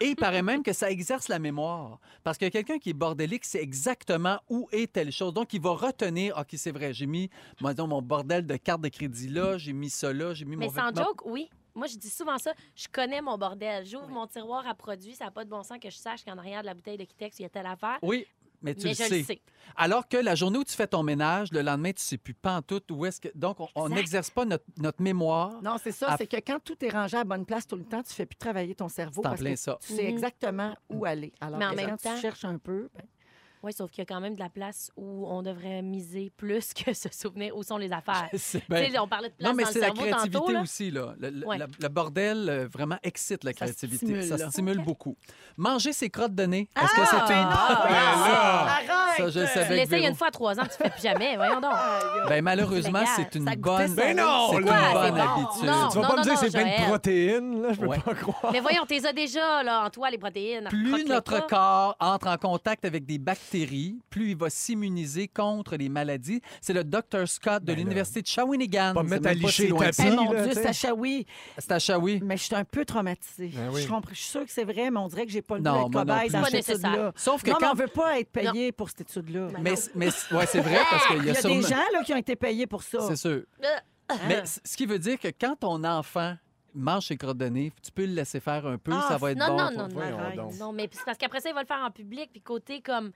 D: Et il paraît même que ça exerce la mémoire. Parce que quelqu'un qui est bordélique sait exactement où est telle chose. Donc, il va retenir, Ah, OK, c'est vrai, j'ai mis moi, disons, mon bordel de carte de crédit là, j'ai mis ça là, j'ai mis
A: Mais
D: mon
A: sans
D: vêtement.
A: joke, oui. Moi, je dis souvent ça. Je connais mon bordel. J'ouvre mon tiroir à produits. Ça n'a pas de bon sens que je sache qu'en arrière de la bouteille de Kitex, il y a telle affaire.
D: Oui, mais tu
A: mais
D: le
A: je
D: sais.
A: le sais.
D: Alors que la journée où tu fais ton ménage, le lendemain, tu sais plus pas en tout où est-ce que... Donc, on- on
A: Exact.
D: n'exerce pas notre, notre mémoire.
B: Non, c'est ça,
D: À-
B: c'est que quand tout est rangé à la bonne place tout le temps, tu fais plus travailler ton cerveau
D: C'est en
B: parce
D: plein
B: que
D: ça.
B: tu sais
A: Mhm.
B: exactement où aller. Alors
A: Mais en
B: que
A: même
B: quand
A: temps-
B: tu cherches un peu, ben,
A: Oui, sauf qu'il y a quand même de la place où on devrait miser plus que se souvenir où sont les affaires.
D: C'est
A: Tu
D: bien.
A: sais, on parlait de place
D: Ben, Non, mais
A: dans le
D: c'est la
A: cerveau
D: créativité
A: tantôt. là.
D: aussi. Là. Le, le-
A: Ouais.
D: la- le bordel euh, vraiment excite la
B: Ça
D: créativité.
B: stimule,
D: ça
B: là.
D: stimule
A: Ok. Ah!
D: beaucoup. Manger ses crottes de nez, est-ce que c'est une...
C: là!
D: Ça, je le
A: Tu
D: savais que
A: l'essayes
D: Véro-
A: une fois à trois ans, tu ne fais plus jamais. Voyons donc.
D: Ben, malheureusement, c'est une
A: Ça goûtait
D: bonne,
A: ça,
D: c'est
C: Ben
D: une
C: non,
D: bonne
C: là.
A: Ouais, c'est bon.
D: habitude.
A: Non.
C: Tu vas pas me dire que c'est plein de
A: Joël.
C: protéines, là. Je peux
D: Ouais.
C: pas croire.
A: Mais voyons, t'es as déjà, là, en toi, les protéines.
D: Plus
A: Croque-les
D: notre
A: pas.
D: corps entre en contact avec des bactéries, plus il va s'immuniser contre les maladies. C'est le Dr Scott de
C: Ben là,
D: l'Université de Shawinigan.
C: pas me
D: C'est
C: mettre
D: même
C: à
D: pas
C: licher
D: si loin
C: les
D: que ça.
B: Hey,
C: tapis,
B: mon
C: là,
B: Dieu,
C: tu sais.
B: Sacha, oui,
D: C'est à Shawi.
B: mais je suis un peu traumatisée.
C: Ben oui.
B: je, comprends- je suis sûre que c'est vrai, mais on dirait que j'ai pas le
D: Non,
B: droit d'être
D: moi non
B: cobaye
D: plus.
B: dans
A: Pas
B: cette
A: nécessaire.
B: étude-là.
D: Sauf que
B: Non, mais
D: quand...
B: on veut pas être payé pour cette étude-là.
D: Mais, mais ouais, c'est vrai, parce qu'il
B: Il
D: y
B: y
D: a
B: a
D: sûrement-
B: des gens là, Ah. qui ont été payés pour ça.
D: C'est sûr. Mais c- ce qui veut dire que quand ton enfant mange ses crottes de nez, tu peux le laisser faire un peu,
B: Ah,
D: ça va être
A: Non,
D: bon.
A: non,
D: pour-
A: non, non.
C: Voyons
B: arrête.
C: donc.
A: Non, mais c'est parce qu'après ça, il va le faire en public, puis côté comme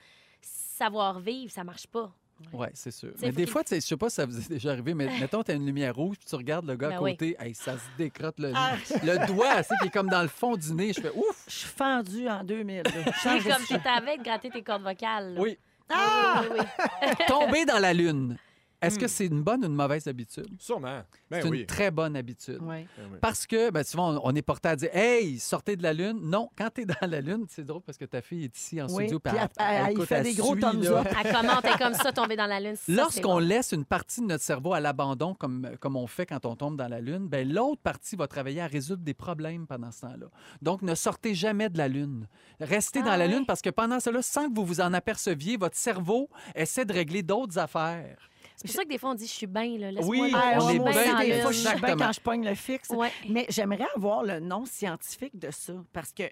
A: savoir-vivre, ça marche pas.
D: Oui, c'est sûr.
A: T'sais,
D: Mais
A: faut
D: des
A: qu'il-
D: fois, tu sais, je sais pas si ça vous est déjà arrivé, mais mettons, tu as une lumière rouge, puis tu regardes le gars à
A: Ben oui.
D: côté, hey, ça se décrotte le,
B: Ah.
D: le doigt, tu sais, qui est comme dans le fond du nez. Je fais ouf!
B: Je suis fendue en 2000. là. Je
A: C'est
B: change de
A: comme
B: sujet.
A: t'étais avec gratter tes cordes vocales. là.
D: Oui.
B: Ah!
A: Oui, oui, oui.
D: Tomber dans la lune. Est-ce
B: Hmm.
D: que c'est une bonne ou une mauvaise habitude?
C: Sûrement. Ben
D: c'est une
C: oui.
D: très bonne habitude.
B: Ouais.
D: Parce que ben, souvent, on- on est porté à dire Hey, sortez de la Lune. Non, quand tu es dans la Lune, c'est drôle parce que ta fille est ici en
B: Oui.
D: studio.
B: Puis elle- elle- elle
D: écoute,
B: fait des gros
D: suit,
B: thumbs
D: là.
B: up.
A: Elle commente, elle est comme ça, tombée dans la lune. ça, c'est
D: Lorsqu'on
A: bon.
D: laisse une partie de notre cerveau à l'abandon, comme, comme on fait quand on tombe dans la Lune, ben, l'autre partie va travailler à résoudre des problèmes pendant ce temps-là. Donc, ne sortez jamais de la Lune. Restez dans
A: Ah
D: la
A: ouais.
D: Lune parce que pendant cela, sans que vous vous en aperceviez, votre cerveau essaie de régler d'autres affaires.
A: C'est pour ça que des fois, on dit « je suis bien, là, laisse-moi
D: Oui,
A: là,
B: Ah,
A: je
D: on
A: suis
D: est
B: moi
A: bien
D: bien
B: aussi,
A: dans
B: des
A: la
B: fois, je
A: lune.
B: suis bien
D: Exactement.
B: quand je pogne le fixe.
A: Ouais.
B: Mais j'aimerais avoir le nom scientifique de ça, parce que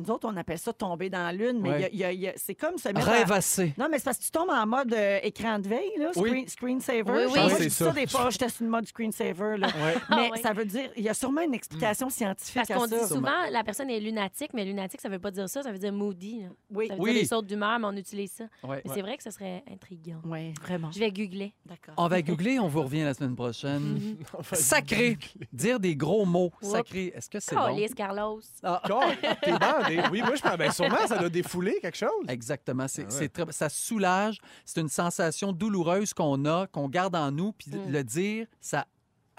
B: nous autres, on appelle ça tomber dans la lune, mais
D: Ouais.
B: il y a- il y a- il y a- c'est comme se mettre à-
D: Rêvasser.
B: Non, mais c'est parce que tu tombes en mode euh, écran de veille, là,
D: Oui.
B: screen, screensaver.
A: Oui, oui.
B: Moi,
A: Ah,
B: je
C: c'est
B: dis ça.
C: ça.
B: des fois, j'étais sur le mode screensaver. Là. Mais
A: Ah, ouais.
B: ça veut dire, il y a sûrement une explication scientifique
A: Parce qu'on
B: à
A: dit
B: ça.
A: souvent, la personne est lunatique, mais lunatique, ça veut pas dire ça, ça veut dire moody. là.
B: Oui,
A: Ça veut
D: Oui.
A: dire des sautes d'humeur, mais on utilise ça.
D: Ouais.
A: Mais c'est vrai que ce serait intriguant.
B: oui, vraiment.
A: Je vais googler.
B: D'accord.
D: On va googler, on vous revient la semaine prochaine. Sacré. Dire des gros mots.
A: Oups.
D: Sacré. Est-ce que c'est
A: Oh,
D: bon?
A: Lise Carlos.
D: Ah,
C: Carl, T'es bandé. Oui, moi, je pense. Ben, sûrement, ça doit défouler quelque chose.
D: Exactement. C'est,
C: Ah ouais.
D: c'est très- ça soulage. C'est une sensation douloureuse qu'on a, qu'on garde en nous. Puis
A: Mm.
D: le dire, ça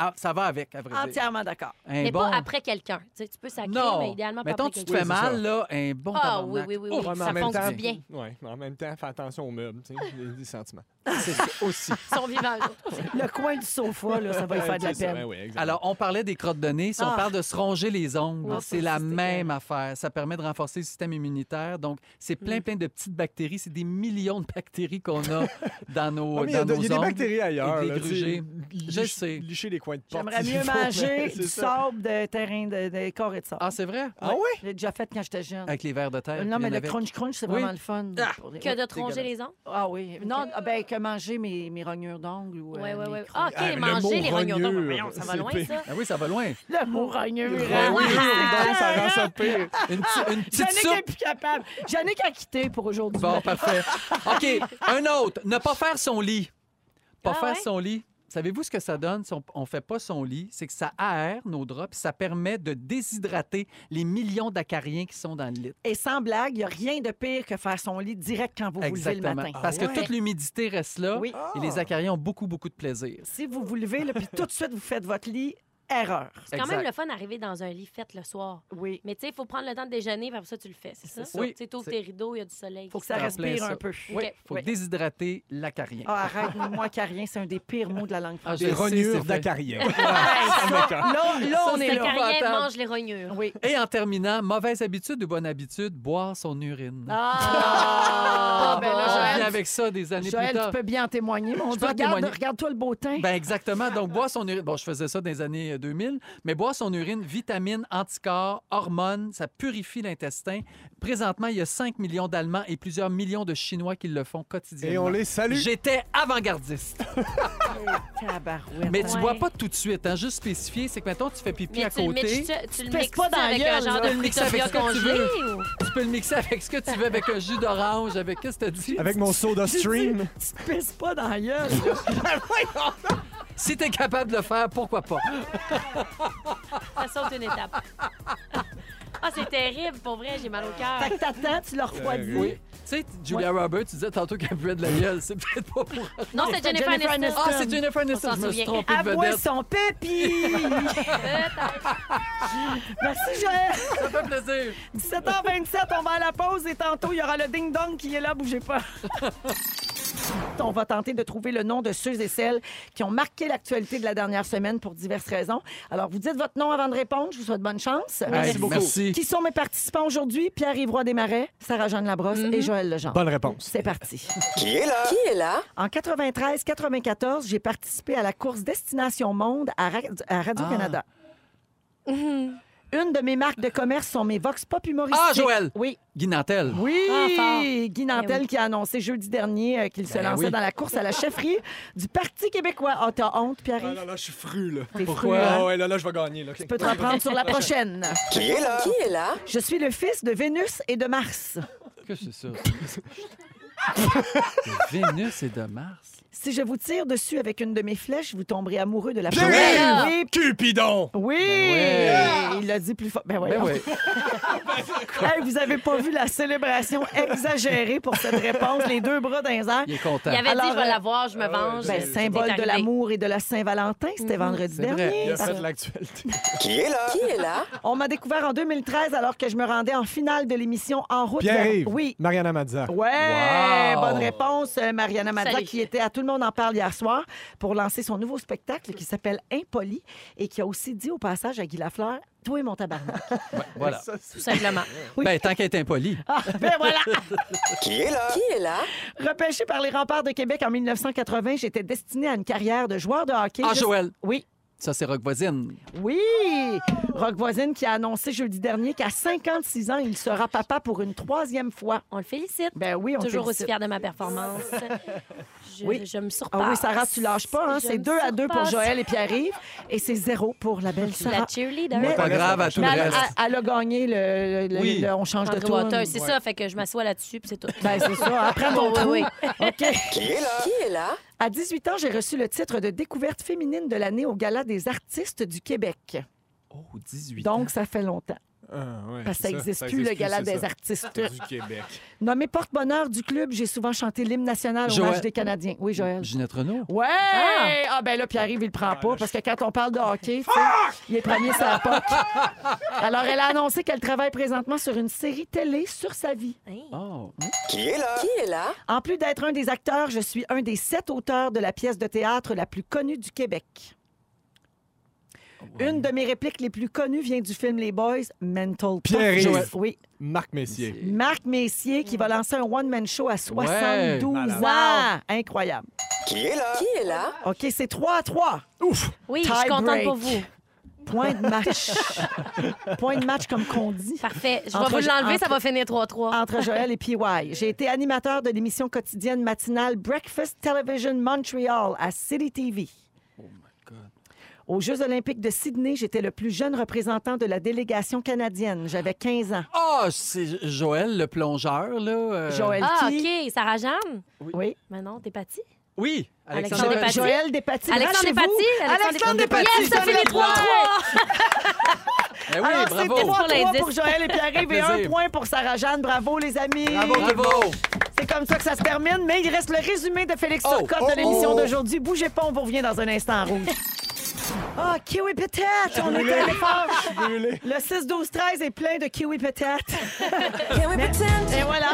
D: ah, ça va avec, à vrai dire.
B: Entièrement d'accord.
D: Un
A: Mais
D: bon-
A: pas après quelqu'un. Tu, sais, tu peux sacrer,
D: Non.
A: mais idéalement pas
D: Mettons,
A: après
D: tu te
A: quelqu'un.
D: fais mal, là, un bon
A: Ah oui,
D: tabarnak.
A: oui, oui,
C: Oh,
A: oui.
C: ouais, mais
A: ça
C: en même
A: fonctionne
C: temps-
A: bien.
C: Oui, mais en même temps, fais attention aux meubles, tu sais, des, des sentiments.
D: C'est ça aussi.
A: Ils sont vivants. eux autres.
B: Le coin du sofa, là, ça va lui faire de la
C: C'est ça,
B: peine.
C: ouais, exactement.
D: Alors, on parlait des crottes de nez. Si on
B: Ah.
D: parle de se ronger les ongles,
B: Oui,
D: c'est
B: ça
D: la
B: aussi, c'est
D: même affaire. Ça permet de renforcer le système immunitaire. Donc, c'est
B: Mm.
D: plein, plein de petites bactéries. C'est des millions de bactéries qu'on a dans nos,
C: Ouais, Ah, mais il y a,
D: dans
C: de-
D: nos
C: il y a des
D: ongles.
C: bactéries ailleurs.
D: et des
C: là, tu sais,
D: grugés.
C: lich-
D: Je sais.
C: Licher les coins de porte.
B: J'aimerais
C: s'il
B: mieux
C: faut,
B: manger
C: c'est
B: du
C: ça.
B: sable, de terrain, de, des corps et de sable.
D: Ah, c'est vrai?
C: Ah oui?
B: J'ai déjà fait quand j'étais jeune. Euh,
D: Avec les vers de
B: non,
D: terre. qu'il Ah, y
B: mais
D: en
B: le
D: avait.
B: crunch-crunch, c'est
D: Oui.
B: vraiment le fun.
D: Ah!
B: Pour les-
A: Que de te ronger
D: dégueulasse.
A: les ongles.
B: Ah oui. Non, ah, ben, que manger mes, mes rognures d'ongles ou. euh,
A: Oui, oui,
B: mes
A: oui.
B: crocs.
A: Ah, OK,
C: Ah, le mot
A: manger les rognons d'ongles.
C: rogneux,
A: Voyons, Ça va
C: c'est
A: loin,
C: pire.
A: ça.
D: Ah oui, ça va loin.
B: Le mot rognure. hein?
C: Ben oui, donc, ça rend ça pire.
D: Une, petite- une petite
B: Yannick est
D: soupe.
B: plus capable. Yannick a quitté pour aujourd'hui.
D: Bon, parfait. OK, un autre. Ne pas faire son lit. Pas
A: Ah
D: faire
A: ouais?
D: son lit. Savez-vous ce que ça donne si on ne fait pas son lit? C'est que ça aère nos draps, puis ça permet de déshydrater les millions d'acariens qui sont dans le lit.
B: Et sans blague, il n'y a rien de pire que faire son lit direct quand vous vous levez le matin.
D: Parce
C: Ah ouais?
D: que toute l'humidité reste là
B: Oui.
D: et les acariens ont beaucoup, beaucoup de plaisir.
B: Si vous vous levez, là, puis tout de suite, vous faites votre lit, erreur.
A: C'est quand même
D: Exact.
A: le fun d'arriver dans un lit fait le soir.
B: Oui.
A: Mais tu sais, il faut prendre le temps de déjeuner, puis après ça, tu le fais, c'est ça?
D: C'est ça. Oui.
A: Tu sais, t'ouvres
D: C'est-
A: tes rideaux, il y a du soleil.
B: Faut que ça
D: En plein
B: respire
D: ça.
B: un peu.
D: Oui,
A: Ok.
D: faut
B: Oui.
D: déshydrater l'acarien.
B: Ah, arrête, moi, carien, c'est un des pires mots de la langue
D: Ah,
B: française.
D: je
C: Des
D: sais, c'est
C: rognures
D: fait.
C: d'acariens.
B: Ah,
C: Ah,
B: Là, là,
A: Ça,
B: on est
A: c'est
B: là.
A: quand rien
D: Attends.
A: mange les rognures.
B: Oui.
D: Et en terminant, mauvaise habitude ou bonne habitude, boire son urine.
B: Ah,
A: ben là,
D: on
A: Joël,
D: revient
B: Joël,
D: avec ça des années
B: Joël,
D: plus tard.
B: tu peux bien en témoigner. Mon
D: Je
B: Dieu,
D: peux en
B: regarde,
D: témoigner.
B: regarde-toi le beau teint.
D: Ben exactement. Donc, boire son urine. Bon, je faisais ça dans les années euh, 2000, mais boire son urine, vitamines, anticorps, hormones, ça purifie l'intestin. Présentement, il y a 5 millions d'Allemands et plusieurs millions de Chinois qui le font quotidiennement.
C: Et on les salue.
D: J'étais avant-gardiste. Ah.
B: Tabarouette.
D: Mais tu
A: Ouais.
D: bois pas tout de suite. Hein. Juste spécifier, c'est que maintenant tu fais pipi
A: Mais
D: à
A: tu le
D: côté.
A: mixes,
D: Tu
A: ça- tu le
B: pèses
A: mixes
B: pas
A: ça
B: dans la
A: avec
B: gueule, là.
A: un genre
D: Tu
A: de
D: le
A: fruit
D: mixes avec
A: topia
D: ce que tu veux.
A: congelé ou...
D: peux le mixer avec ce que tu veux, avec un jus d'orange, avec qu'est-ce que tu dit?
C: Avec mon soda stream.
B: Tu te pisses pas dans la gueule. là.
D: Si t'es capable de le faire, pourquoi pas?
A: Ça saute une étape. ah, c'est terrible, pour vrai, j'ai mal au
B: Fait
A: cœur.
B: que t'attends, tu le refroidis.
D: Oui. Tu sais, Julia Roberts, tu disais tantôt qu'elle buvait de la miel. C'est peut-être pas pour...
A: Non, c'est
B: c'est
A: Jennifer
B: Jennifer
A: Aniston.
B: Aniston.
D: Ah, c'est Jennifer Aniston,
A: s'en
D: je me suis
A: souvient.
D: trompée
B: À
D: de
B: boire
D: vedette.
B: son pépi. Merci, Joël.
D: Ça fait plaisir.
B: 17h27, on va à la pause et tantôt, il y aura le ding-dong qui est là, bougez pas. On va tenter de trouver le nom de ceux et celles qui ont marqué l'actualité de la dernière semaine pour diverses raisons. Alors, vous dites votre nom avant de répondre. Je vous souhaite bonne chance. Euh,
D: Merci beaucoup. Merci.
B: Qui sont mes participants aujourd'hui? Pierre-Yves Roy Desmarais, Sarah-Jeanne Labrosse et Joël Legendre.
C: Bonne réponse.
B: C'est parti.
E: Qui est là?
B: En 93-94, j'ai participé à la course Destination Monde à, Ra- à Radio-Canada.
E: Ah.
B: Une de mes marques de commerce sont mes Vox Pop humoristiques.
D: Ah, Joël!
B: Oui.
D: Guy Nantel.
B: Oui,
A: Ah, fort.
B: Guy Nantel
A: Eh oui.
B: qui a annoncé jeudi dernier euh, qu'il se
D: Ben
B: lançait
D: oui.
B: dans la course à la chefferie du Parti québécois. Ah, t'as honte, pierre
C: Ah là là, je suis fru, là.
B: T'es
D: pourquoi?
B: fru, hein?
C: Ah ouais, là, là, je vais gagner. Là.
B: Tu peux te reprendre sur la prochaine.
E: Qui est là? Qui est là?
B: Je suis le fils de Vénus et de Mars.
D: Qu'est-ce que c'est ça? De Vénus et de Mars.
B: Si je vous tire dessus avec une de mes flèches, vous tomberez amoureux de la
C: Pierre-Yves!
B: planète. Oui,
C: Cupidon!
B: oui.
D: Ben
B: il l'a dit plus fort. Ben ouais.
D: Ben oui.
B: Hey, vous avez pas vu la célébration exagérée pour cette réponse, les deux bras dans les airs.
D: Il est content.
A: Il avait dit,
B: Alors,
A: je vais
B: euh,
A: l'avoir, je me venge.
B: Ben,
A: C'est
B: symbole de
A: arrivé.
B: l'amour et de la Saint-Valentin, c'était vendredi
D: C'est vrai.
B: dernier.
C: Il a
B: Par-
C: fait l'actualité.
E: Qui est là? Qui est là?
B: On m'a découvert en 2013 alors que je me rendais en finale de l'émission En route.
C: Pierre-Yves.
B: vers- Oui. Oh.
C: Mariana Mazza.
B: Ouais,
D: Wow.
B: bonne réponse, euh, Mariana Mazza,
A: Salut.
B: qui était à Tout le monde en parle hier soir pour lancer son nouveau spectacle qui s'appelle Impoli et qui a aussi dit au passage à Guy Lafleur, toi et mon tabarnak.
D: Voilà.
C: Ça,
A: Tout
C: c'est-
A: simplement.
B: oui.
D: Ben, tant qu'elle est impolie.
B: Ah, ben voilà!
E: Qui est là? Qui est là?
B: Repêché par les remparts de Québec en 1980, j'étais destinée à une carrière de joueur de hockey.
D: Ah,
B: Juste-
D: Joël.
B: Oui.
D: Ça, c'est Rock Voisine.
B: Oui! Rock Voisine qui a annoncé jeudi dernier qu'à 56 ans, il sera papa pour une troisième fois.
A: On le félicite.
B: Ben oui, on
A: Toujours
B: félicite.
A: aussi fière de ma performance. Je,
B: Oui.
A: je me surpasse.
B: Ah oui, Sarah, tu lâches pas. Hein?
A: Je
B: C'est
A: me
B: 2 à 2 pour
A: surpasse.
B: Joël et Pierre-Yves. Et c'est zéro pour la belle
A: Je suis la
B: Sarah.
A: cheerleader.
B: Mais-
D: Pas grave à tout
B: Mais Ah.
D: le
B: elle,
D: reste.
B: elle- elle a gagné le, le- le-
D: Oui.
B: le- On change de
A: André
B: tour.
A: Water, Ah, c'est ça, fait que je m'assois là-dessus, puis c'est tout.
B: Ben, c'est ça. Après mon
A: Oui,
B: trou.
A: oui.
B: OK.
E: Qui est là? Qui est là?
B: À 18 ans, j'ai reçu le titre de découverte féminine de l'année au Gala des artistes du Québec.
D: Oh, 18 ans.
B: Donc, ça fait longtemps.
C: Ah, ouais,
B: Parce que ça
C: c'est
B: n'existe
C: ça
B: plus, le
C: existe
B: gala
C: c'est
B: des
C: ça.
B: artistes.
C: C'est Du Québec.
B: Nommé porte-bonheur du club, j'ai souvent chanté l'hymne national au
D: Joël.
B: match des Canadiens. Oui, Joël.
D: Ginette Renault.
B: Ouais! Ah, ben là, Pierre-Yves, il le prend pas parce que quand on parle de hockey, tu sais, il est premier sur la POC. Alors, elle a annoncé qu'elle travaille présentement sur une série télé sur sa vie.
D: Oh.
B: En plus d'être un des acteurs, je suis un des sept auteurs de la pièce de théâtre la plus connue du Québec. Une de mes répliques les plus connues vient du film Les Boys, Mental Tough.
C: Pierre-Yves.
B: Joël. Oui.
C: Marc Messier.
B: Marc Messier qui va lancer un one-man show à 72
C: Malade.
B: ans. Incroyable. Qui est là? Qui est là? OK, c'est 3 à 3.
A: Oui,
B: Tie
A: je suis contente
B: break.
A: pour vous.
B: Point de match. Point de match comme qu'on dit.
A: Parfait. Je
B: Entre-
A: vais vous l'enlever,
B: entre-
A: ça va finir 3-3.
B: Entre Joël et PY. J'ai été animateur de l'émission quotidienne matinale Breakfast Television Montreal à City TV. Aux Jeux olympiques de Sydney, j'étais le plus jeune représentant de la délégation canadienne. J'avais 15 ans.
D: Ah, c'est Joël le plongeur, là. euh,
B: Joël
A: Ah,
B: qui?
A: OK. Sarah-Jeanne?
B: Oui.
A: Mais non, t'es pâti?
D: Oui, Alexandre,
A: Alexandre
D: Despatie.
B: Euh,
A: Despatie.
B: Joël Despatie. Bravo
A: Alexandre
B: chez
A: Despatie?
B: vous. Alexandre Despatie.
A: Yes, ça
B: donne
A: finit
B: le
A: 3-3!
B: point.
D: Eh oui,
B: Alors, c'est
D: bravo.
B: 3
A: Pour
B: Ah, pour
A: l'indice.
B: Joël et Pierre-Yves et un
D: Plaisir.
B: point pour Sarah-Jeanne. Bravo, les amis.
D: Bravo.
B: C'est comme ça que ça se termine, mais il reste le résumé de Félix
D: Oh,
B: Turcotte
C: oh,
B: de l'émission
C: oh, oh.
B: d'aujourd'hui. Bougez pas, on vous revient dans un instant en rouge. Ah, kiwi peut-être! On était fort!
C: Brûlé.
B: Le 6-12-13 est plein de kiwi peut-être. Et voilà!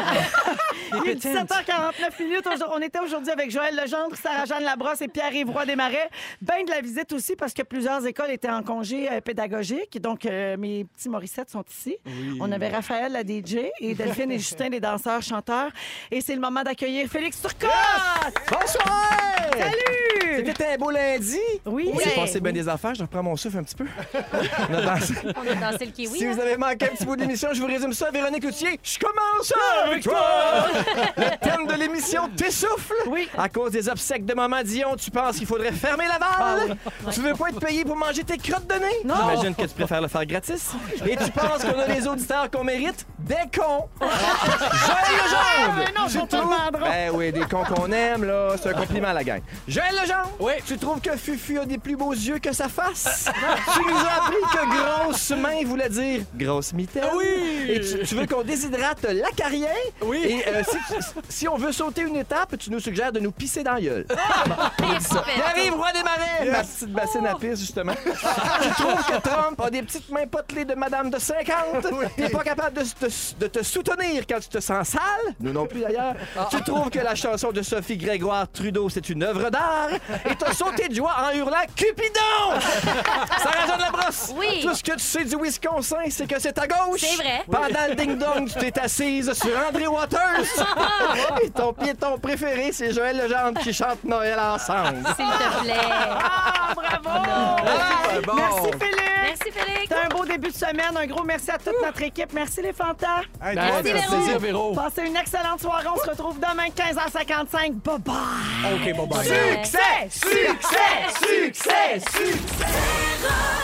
B: Il est 17h49 minutes. Aujourd- On était aujourd'hui avec Joël Legendre, Sarah-Jeanne Labrosse et Pierre-Yves Roy Desmarais. Ben de la visite aussi parce que plusieurs écoles étaient en congé euh, pédagogique. Donc, euh, mes petits Morissettes sont ici. On avait Raphaël, la DJ, et Delphine et Justin, les danseurs, chanteurs. Et c'est le moment d'accueillir Félix Turcotte!
H: Bonsoir!
B: Salut!
H: C'était un beau lundi.
B: Oui.
H: Il s'est
B: Ouais.
H: passé bien des affaires. Je reprends mon souffle un petit peu. On a dansé.
A: On a dansé le kiwi.
H: Si
A: hein?
H: vous avez manqué un petit bout de l'émission, je vous résume ça. Véronique Loutier, je commence avec toi! Le thème de l'émission t'essouffle.
B: Oui.
H: À cause des obsèques de Maman Dion, tu penses qu'il faudrait fermer la valve? Tu veux pas être payé pour manger tes crottes de nez?
B: Ah Non.
H: J'imagine que tu préfères le faire gratis. Et tu penses qu'on a les auditeurs qu'on mérite? Des cons! Joël Legendre!
B: mais non, ils
H: Tu
B: sont
H: trouves-
B: tellement drôles.
H: Ben oui, des cons qu'on aime, là. C'est un compliment à la gang. Joël Legendre!
D: Oui.
H: Tu trouves que Fufu a des plus beaux yeux que sa face? tu nous as appris que grosse main voulait dire grosse mitaine.
D: Oui.
H: Et tu, tu veux qu'on déshydrate la carrière? Oui. Et euh, si, tu- si on veut sauter une étape, tu nous suggères de nous pisser dans la gueule.
A: hein?
H: Pierre-Yves Roy des Marais, ma petite bassine à pisse, justement. tu trouves que Trump a des petites mains potelées de madame de 50? T'es pas capable de, te- de te soutenir quand tu te sens sale? Nous non plus, d'ailleurs.
A: Ah.
H: Tu trouves que la chanson de Sophie Grégoire Trudeau, c'est une œuvre d'art? Et t'as sauté de joie en hurlant « Cupidon! » Sarah-Jeanne Labrosse,
A: Oui.
H: tout ce que tu sais du Wisconsin, c'est que c'est à gauche.
A: C'est vrai.
H: Pendant le ding-dong, tu t'es assise sur André Waters. Et ton piéton préféré, c'est Joël Legendre qui chante Noël ensemble.
A: S'il te plaît.
B: Ah, bravo!
D: Ah, bon.
B: Merci, Félix!
A: Merci, Félix.
B: C'était un beau début de semaine. Un gros merci à toute notre équipe. Merci les fantas.
C: Hey,
D: Ben,
C: toi,
A: Merci,
D: merci,
A: Véro.
D: plaisir, Véro.
B: Passez une excellente soirée. On se retrouve demain 15h55. Bye bye.
C: OK, bon, bye.
A: Succès,
H: succès, succès, succès.
E: Véronique